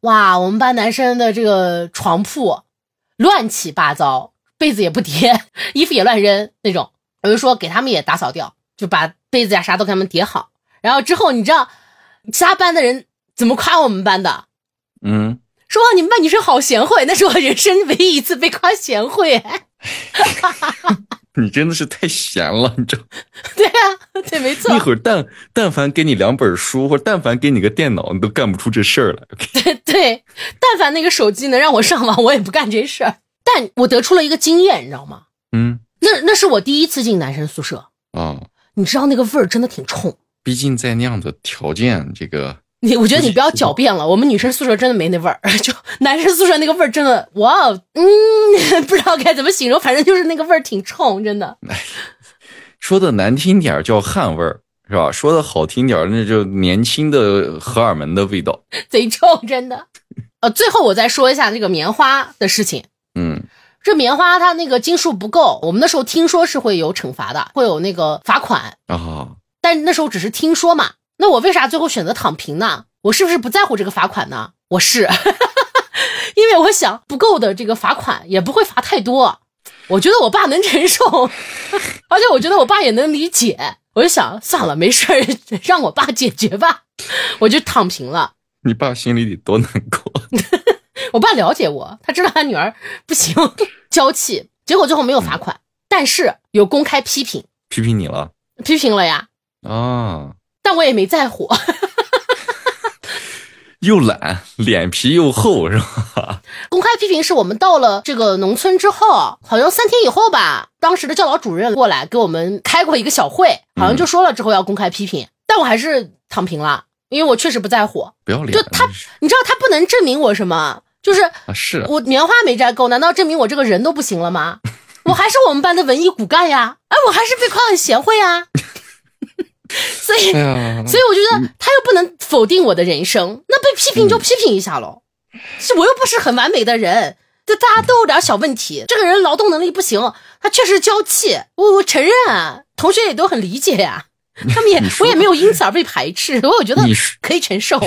Speaker 2: 哇，我们班男生的这个床铺乱七八糟，被子也不叠， 衣服也乱扔那种。我就说给他们也打扫掉，就把被子呀啥都给他们叠好。然后之后你知道，其他班的人怎么夸我们班的？
Speaker 1: 嗯，
Speaker 2: 说哇，你们班女生好贤惠，那是我人生唯一一次被夸贤惠。
Speaker 1: 你真的是太闲了，你知道？
Speaker 2: 对啊，对，没错
Speaker 1: 一，会儿但但凡给你两本书，或者但凡给你个电脑，你都干不出这事儿来。
Speaker 2: 对。但凡那个手机能让我上网，我也不干这事儿。但我得出了一个经验，你知道吗？
Speaker 1: 嗯，
Speaker 2: 那那是我第一次进男生宿舍，
Speaker 1: 啊，
Speaker 2: 你知道那个味儿真的挺冲。
Speaker 1: 毕竟在那样的条件，这个
Speaker 2: 你我觉得你不要狡辩了，我们女生宿舍真的没那味儿， 就男生宿舍那个味儿真的，哇，哦嗯， 不知道该怎么形容，反正就是那个味儿挺冲，真的。
Speaker 1: 说的难听点儿叫汗味儿，是吧？说的好听点儿，那就年轻的荷尔蒙的味道。
Speaker 2: 贼臭，真的。呃，最后我再说一下这个棉花的事情。
Speaker 1: 嗯
Speaker 2: 这棉花它那个斤数不够，我们那时候听说是会有惩罚的，会有那个罚款，
Speaker 1: 啊，
Speaker 2: 但那时候只是听说嘛。那我为啥最后选择躺平呢？我是不是不在乎这个罚款呢？我是， 因为我想不够的这个罚款也不会罚太多，我觉得我爸能承受， 而且我觉得我爸也能理解。我就想算了，没事儿，让我爸解决吧，我就躺平了。
Speaker 1: 你爸心里得多难过。
Speaker 2: 我爸了解我，他知道他女儿不行， 娇气，结果最后没有罚款，但是有公开批评，
Speaker 1: 批评你了
Speaker 2: 批评了呀，
Speaker 1: 啊，
Speaker 2: 但我也没在乎，
Speaker 1: 又懒，脸皮又厚，是吧？
Speaker 2: 公开批评是我们到了这个农村之后，好像三天以后吧，当时的教导主任过来给我们开过一个小会，好像就说了之后要公开批评，但我还是躺平了，因为我确实不在乎，
Speaker 1: 不要脸，
Speaker 2: 就他
Speaker 1: 真是
Speaker 2: 你知道他不能证明我什么， 就是
Speaker 1: 啊，是啊
Speaker 2: 我棉花没摘够，难道证明我这个人都不行了吗？ 我还是我们班的文艺骨干呀，哎，我还是被夸很贤惠啊， 所以，
Speaker 1: 哎呀，
Speaker 2: 所以我觉得他又不能
Speaker 1: 嗯
Speaker 2: 否定我的人生，那被批评就批评一下喽，是我又不是很完美的人，这大家都有点小问题。这个人劳动能力不行，他确实娇气，我我承认啊，同学也都很理解呀、他们 也
Speaker 1: 你说
Speaker 2: 我也没有因此而被排斥，我有觉得
Speaker 1: 你是
Speaker 2: 可以承受。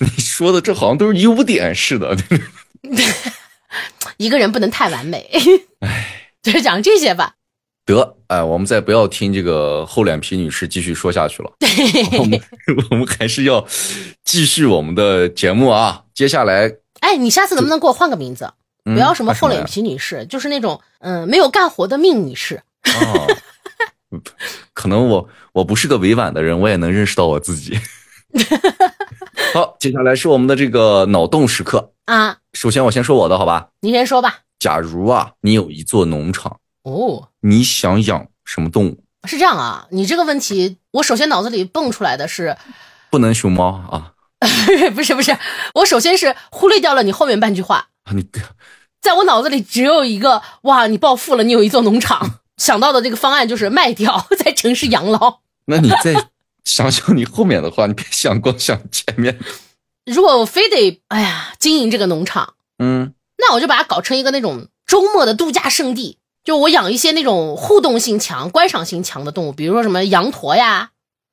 Speaker 1: 你说的这好像都是优点似的，
Speaker 2: 一个人不能太完美， 就是讲这些吧。
Speaker 1: 得，哎，我们再不要听这个厚脸皮女士继续说下去了， 我们我们还是要继续我们的节目啊。接下来，
Speaker 2: 哎，你下次能不能给我换个名字？
Speaker 1: 嗯
Speaker 2: 不要什么厚脸
Speaker 1: 啊
Speaker 2: 皮女士，就是那种嗯没有干活的命女士。
Speaker 1: 什么呀。啊可能我我不是个委婉的人，我也能认识到我自 己。好，接下来是我们的这个脑洞时刻。
Speaker 2: 啊，
Speaker 1: 首先，我先说我的好吧。
Speaker 2: 你先说吧。
Speaker 1: 假如啊，你有一座农场，
Speaker 2: 哦，
Speaker 1: 你想养什么动物？
Speaker 2: 是这样啊，你这个问题，我首先脑子里蹦出来的是，
Speaker 1: 不能熊猫啊！
Speaker 2: 不是不是，我首先是忽略掉了你后面半句话，
Speaker 1: 啊，你
Speaker 2: 在我脑子里只有一个哇，你暴富了，你有一座农场，想到的这个方案就是卖掉， 在城市养老。
Speaker 1: 那你再想想你后面的话，你别想光想前面。
Speaker 2: 如果我非得哎呀经营这个农场，
Speaker 1: 嗯，
Speaker 2: 那我就把它搞成一个那种周末的度假胜地，就我养一些那种互动性强、观赏性强的动物，比如说什么羊驼呀、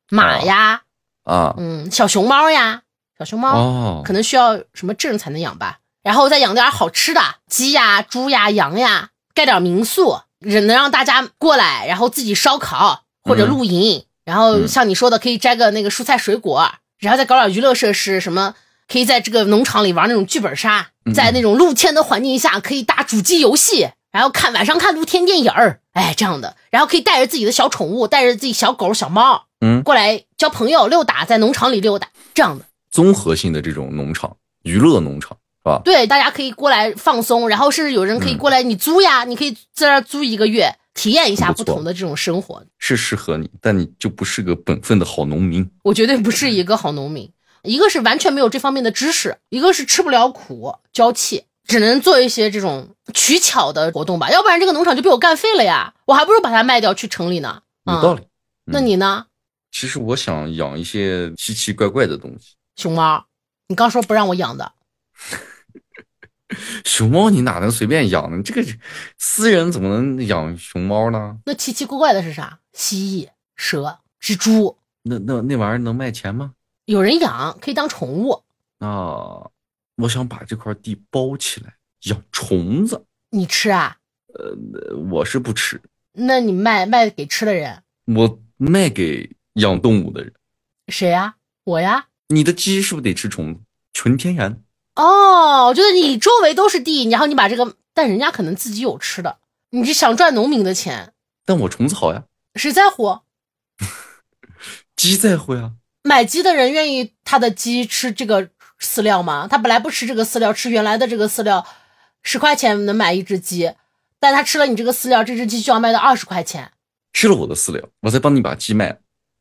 Speaker 2: 马呀、
Speaker 1: 啊，
Speaker 2: 嗯小熊猫呀、小熊猫，
Speaker 1: 哦
Speaker 2: 啊可，能需要什么证才能养吧。然后再养点好吃的，鸡呀、猪呀、羊呀，盖点民宿，能让大家过来，然后自己烧烤或者露
Speaker 1: 嗯
Speaker 2: 营，然后像你说的，可以摘个那个蔬菜水果，然后再搞点娱乐设施，什么可以在这个农场里玩那种剧本杀，
Speaker 1: 嗯
Speaker 2: 在那种露天的环境下可以打主机游戏，然后看晚上看露天电影儿，哎这样的，然后可以带着自己的小宠物，带着自己小狗小猫，
Speaker 1: 嗯
Speaker 2: 过来交朋友溜达，在农场里溜达这样的。
Speaker 1: 综合性的这种农场，娱乐农场是吧？
Speaker 2: 对，大家可以过来放松，然后甚至有人可以过来，你租呀，你可以在这儿租一个月，体验一下
Speaker 1: 不
Speaker 2: 不
Speaker 1: 错
Speaker 2: 同的这种生活。
Speaker 1: 是适合你，但你就不是个本分的好农民。
Speaker 2: 我绝对不是一个好农民，一个是完全没有这方面的知识，一个是吃不了苦，娇气，只能做一些这种取巧的活动吧，要不然这个农场就被我干废了呀，我还不如把它卖掉去城里呢。
Speaker 1: 有道
Speaker 2: 理。
Speaker 1: 理。
Speaker 2: 那你呢，
Speaker 1: 其实我想养一些奇奇怪怪的东西，
Speaker 2: 熊猫？你刚说不让我养的，
Speaker 1: 熊猫你哪能随便养呢？这个私人怎么能养熊猫呢？
Speaker 2: 那奇奇怪怪的是啥？蜥蜴、蛇、蜘蛛，
Speaker 1: 那那那玩意儿能卖钱吗？
Speaker 2: 有人养可以当宠物。
Speaker 1: 啊，我想把这块地包起来养虫子，
Speaker 2: 你吃啊？
Speaker 1: 呃我是不吃，
Speaker 2: 那你卖卖给吃的人？
Speaker 1: 我卖给养动物的人。
Speaker 2: 谁呀？我呀？
Speaker 1: 你的鸡是不是得吃虫子？纯天然。
Speaker 2: 哦，我觉得你周围都是地，然后你把这个，但人家可能自己有吃的，你是想赚农民的钱，
Speaker 1: 但我虫子好呀，
Speaker 2: 谁在乎？
Speaker 1: 鸡在乎呀。
Speaker 2: 买鸡的人愿意他的鸡吃这个饲料吗？他本来不吃这个饲料，吃原来的这个饲料，十块钱能买一只鸡，但他吃了你这个饲料，这只鸡就要卖到二十块钱。
Speaker 1: 吃了我的饲料，我再帮你把鸡卖了。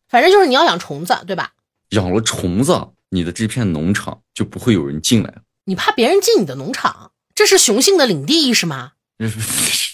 Speaker 2: 反正就是你要养虫子，对吧？
Speaker 1: 养了虫子，你的这片农场就不会有人进来了。
Speaker 2: 你怕别人进你的农场，这是雄性的领地意识吗？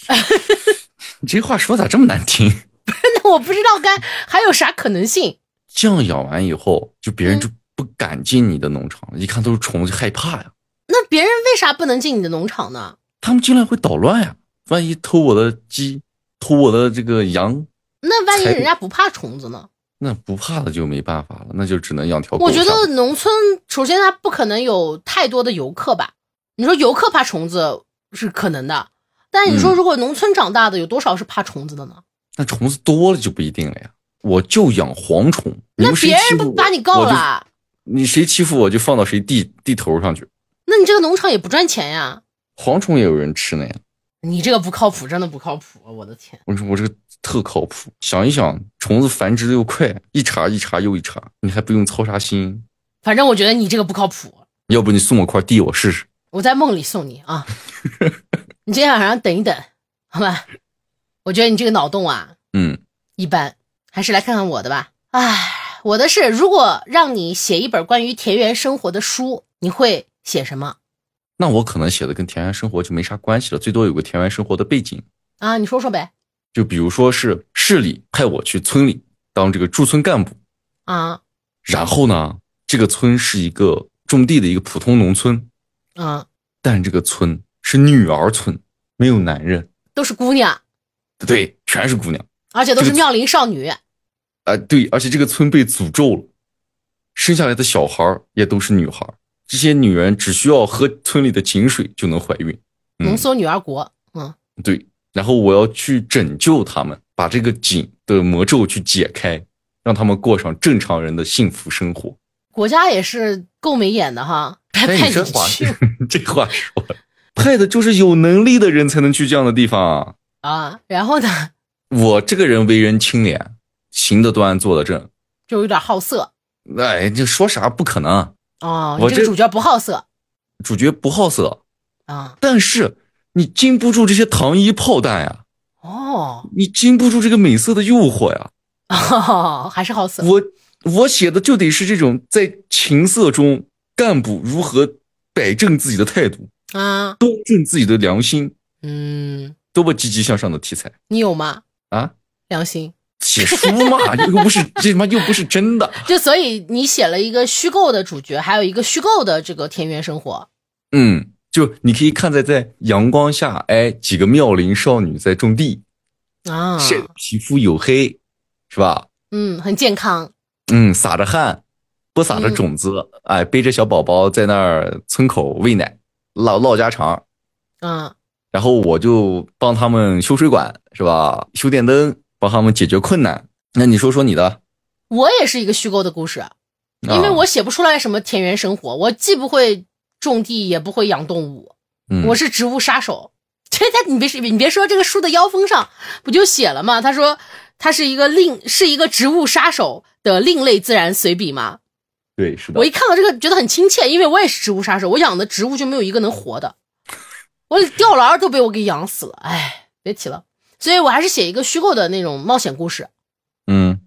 Speaker 1: 你这话说咋这么难听？
Speaker 2: 那我不知道该还有啥可能性。
Speaker 1: 这样养完以后，就别人就不敢进你的农场了，一看都是虫子，害怕呀。
Speaker 2: 那别人为啥不能进你的农场呢？
Speaker 1: 他们进来会捣乱呀，万一偷我的鸡，偷我的这个羊，
Speaker 2: 那万一
Speaker 1: 才
Speaker 2: 人家不怕虫子呢？
Speaker 1: 那不怕的就没办法了，那就只能养条狗。
Speaker 2: 我觉得，农村首先它不可能有太多的游客吧。你说游客怕虫子是可能的，但你说
Speaker 1: 嗯
Speaker 2: 如果农村长大的有多少是怕虫子的呢？
Speaker 1: 那虫子多了就不一定了呀。我就养蝗虫，你
Speaker 2: 那
Speaker 1: 们谁
Speaker 2: 别
Speaker 1: 欺
Speaker 2: 人
Speaker 1: 负
Speaker 2: 不
Speaker 1: 我
Speaker 2: 把你告
Speaker 1: 我就
Speaker 2: 了啊，
Speaker 1: 你谁欺负我就放到谁地地头上去。
Speaker 2: 那你这个农场也不赚钱呀。
Speaker 1: 蝗虫也有人吃呢呀，
Speaker 2: 你这个不靠谱，真的不靠谱，我的天！
Speaker 1: 我说我这个特靠谱。想一想，虫子繁殖的又快，一茬一茬又一茬，你还不用操啥心。
Speaker 2: 反正我觉得你这个不靠谱，
Speaker 1: 要不你送我块地我试试？
Speaker 2: 我在梦里送你 啊。你今天晚上等一等，好吧？我觉得你这个脑洞啊，
Speaker 1: 嗯，
Speaker 2: 一般，还是来看看我的吧。唉，我的是，如果让你写一本关于田园生活的书，你会写什么
Speaker 1: 那我可能写的跟田园生活就没啥关系了，最多有个田园生活的背景，
Speaker 2: 啊？你说说呗。
Speaker 1: 就比如说是市里派我去村里当这个驻村干部，
Speaker 2: 啊，
Speaker 1: 然后呢，这个村是一个种地的一个普通农村，
Speaker 2: 嗯，
Speaker 1: 但这个村是女儿村，没有男人。
Speaker 2: 都是姑娘，
Speaker 1: 对，全是姑娘。
Speaker 2: 而且都
Speaker 1: 这
Speaker 2: 是
Speaker 1: 个
Speaker 2: 妙龄少女。
Speaker 1: 啊、对，而且这个村被诅咒了，生下来的小孩儿也都是女孩儿。这些女人只需要喝村里的井水就能怀孕。嗯
Speaker 2: 浓缩女儿国，嗯，
Speaker 1: 对，然后我要去拯救他们，把这个井的魔咒去解开，让他们过上正常人的幸福生活。
Speaker 2: 国家也是够没眼的哈，还
Speaker 1: 哎
Speaker 2: 派
Speaker 1: 这话
Speaker 2: 去
Speaker 1: 这话说的，派的就是有能力的人才能去这样的地方啊。
Speaker 2: 啊。然后呢，
Speaker 1: 我这个人为人清廉，行得端，坐得正。
Speaker 2: 就有点好色
Speaker 1: 哎，这说啥不可能？
Speaker 2: 啊。
Speaker 1: 我
Speaker 2: 你这个
Speaker 1: 这
Speaker 2: 主角不好色
Speaker 1: 主角不好色，
Speaker 2: 啊，
Speaker 1: 但是你经不住这些糖衣炮弹呀，
Speaker 2: 哦，
Speaker 1: 你经不住这个美色的诱惑呀。
Speaker 2: 还是好色
Speaker 1: 我我写的就得是这种在情色中干部如何摆正自己的态度，
Speaker 2: 啊。
Speaker 1: 端正自己的良心，
Speaker 2: 嗯，
Speaker 1: 多么积极向上的题材
Speaker 2: 你有吗？
Speaker 1: 啊！
Speaker 2: 良心，
Speaker 1: 写书嘛，又不是这他妈又不是真的。
Speaker 2: 就所以你写了一个虚构的主角，还有一个虚构的这个田园生活。
Speaker 1: 嗯，就你可以看在在阳光下，哎，几个妙龄少女在种地，
Speaker 2: 啊，
Speaker 1: 是皮肤黝黑，是吧？
Speaker 2: 嗯，很健康，
Speaker 1: 嗯，撒着汗，播撒着种子，
Speaker 2: 嗯
Speaker 1: 哎，背着小宝宝在那儿村口喂奶，唠唠家常。
Speaker 2: 嗯
Speaker 1: 然后我就帮他们修水管，是吧？修电灯，帮他们解决困难。那你说说你的，
Speaker 2: 我也是一个虚构的故事，
Speaker 1: 啊
Speaker 2: 因为我写不出来什么田园生活，我既不会种地，也不会养动物，
Speaker 1: 嗯
Speaker 2: 我是植物杀手。 这他你别说你别说这个书的腰封上不就写了吗？他说他是一个另是一个植物杀手的另类自然随笔嘛。
Speaker 1: 对是的
Speaker 2: 我一，看到这个觉得很亲切，因为我也是植物杀手，我养的植物就没有一个能活的，我吊兰儿都被我给养死了，哎，别提了。所以我还是写一个虚构的那种冒险故事，
Speaker 1: 嗯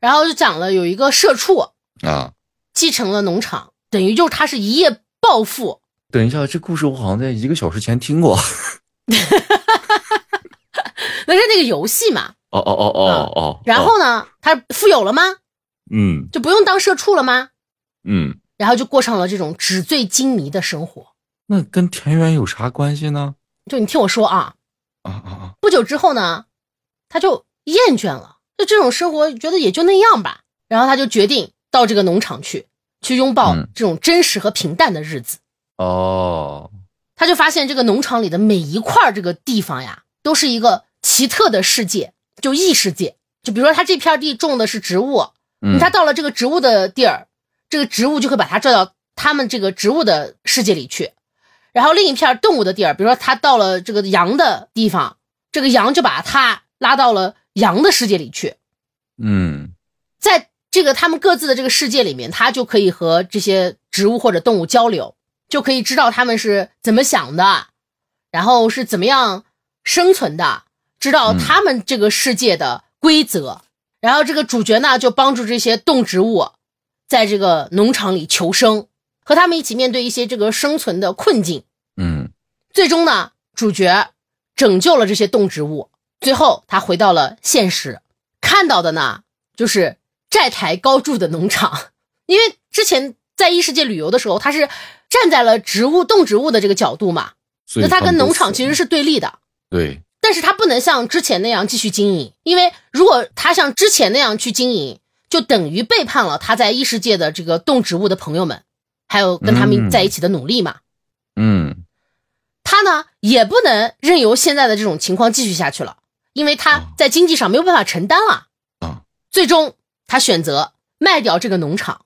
Speaker 2: 然后就讲了有一个社畜，
Speaker 1: 啊，
Speaker 2: 继承了农场，等于就是他是一夜暴富。
Speaker 1: 等一下，这故事我好像在一个小时前听过。
Speaker 2: 那是那个游戏嘛。
Speaker 1: 哦哦哦哦哦，
Speaker 2: 嗯然
Speaker 1: 哦
Speaker 2: 后呢，他富有了吗？
Speaker 1: 嗯
Speaker 2: 就不用当社畜了吗？
Speaker 1: 嗯，
Speaker 2: 然后就过上了这种纸醉金迷的生活。
Speaker 1: 那跟田园有啥关系呢？
Speaker 2: 就你听我说啊，
Speaker 1: 啊啊啊！
Speaker 2: 不久之后呢，他就厌倦了，就这种生活觉得也就那样吧。然后他就决定到这个农场去，去拥抱
Speaker 1: 嗯
Speaker 2: 这种真实和平淡的日子。
Speaker 1: 哦，
Speaker 2: 他就发现这个农场里的每一块儿这个地方呀，都是一个奇特的世界，就异世界。就比如说他这片地种的是植物，
Speaker 1: 嗯，
Speaker 2: 他到了这个植物的地儿，这个植物就会把它拽到他们这个植物的世界里去。然后另一片动物的地儿，比如说他到了这个羊的地方，这个羊就把它拉到了羊的世界里去。
Speaker 1: 嗯
Speaker 2: 在这个他们各自的这个世界里面，他就可以和这些植物或者动物交流，就可以知道他们是怎么想的，然后是怎么样生存的，知道他们这个世界的规则。然后这个主角呢，就帮助这些动植物在这个农场里求生，和他们一起面对一些这个生存的困境。
Speaker 1: 嗯
Speaker 2: 最终呢，主角拯救了这些动植物，最后他回到了现实，看到的呢就是债台高筑的农场，因为之前在异世界旅游的时候，他是站在了植物、动植物的这个角度嘛，
Speaker 1: 所以
Speaker 2: 那他跟
Speaker 1: 们都
Speaker 2: 农场
Speaker 1: 死
Speaker 2: 其实
Speaker 1: 了
Speaker 2: 是对立的。
Speaker 1: 对，
Speaker 2: 但是他不能像之前那样继续经营，因为如果他像之前那样去经营，就等于背叛了他在异世界的这个动植物的朋友们，还有跟他们
Speaker 1: 嗯
Speaker 2: 在一起的努力嘛。
Speaker 1: 嗯
Speaker 2: 他呢也不能任由现在的这种情况继续下去了，因为他在经济上没有办法承担了。
Speaker 1: 啊，
Speaker 2: 最终他选择卖掉这个农场，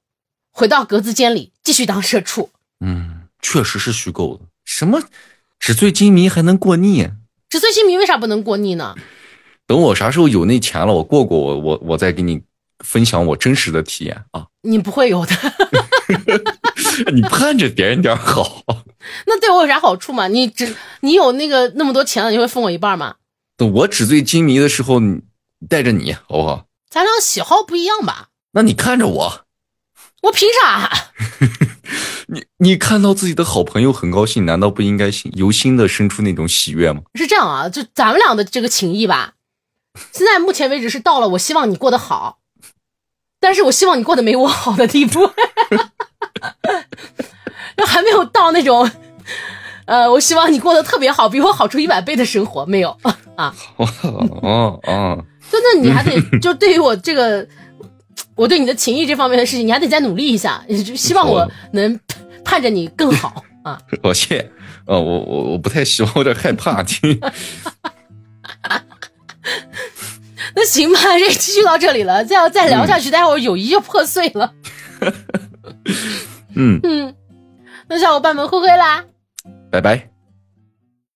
Speaker 2: 回到格子间里继续当社畜。
Speaker 1: 嗯，确实是虚构的。什么纸醉金迷还能过腻？
Speaker 2: 纸醉金迷为啥不能过腻呢？
Speaker 1: 等我啥时候有那钱了，我过过，我我我再给你分享我真实的体验啊！
Speaker 2: 你不会有的，
Speaker 1: 你盼着别人点儿好，
Speaker 2: 那对我有啥好处嘛？你只你有那个那么多钱了，你会分我一半吗？
Speaker 1: 等我纸醉金迷的时候，你带着你好不好？
Speaker 2: 咱俩喜好不一样吧？
Speaker 1: 那你看着我，
Speaker 2: 我凭啥？
Speaker 1: 你你看到自己的好朋友很高兴，难道不应该心由心的生出那种喜悦吗？
Speaker 2: 是这样啊，就咱们俩的这个情谊吧，现在目前为止是到了我希望你过得好，但是我希望你过得没我 好的地步，就还没有到那种呃，我希望你过得特别好，比我好出一百倍的生活。没有，
Speaker 1: 哦哦，
Speaker 2: 真的你还得就对于我这个，我对你的情谊这方面的事情，你还得再努力一下。就希望我能盼着你更好啊。
Speaker 1: 抱歉，呃，我我我不太喜欢，我有点害怕。听，
Speaker 2: 那行吧，这期就到这里了，再要再聊下去，待会儿友谊就破碎了。
Speaker 1: 嗯，
Speaker 2: 嗯，那小伙伴们，挥挥啦。
Speaker 1: 拜拜。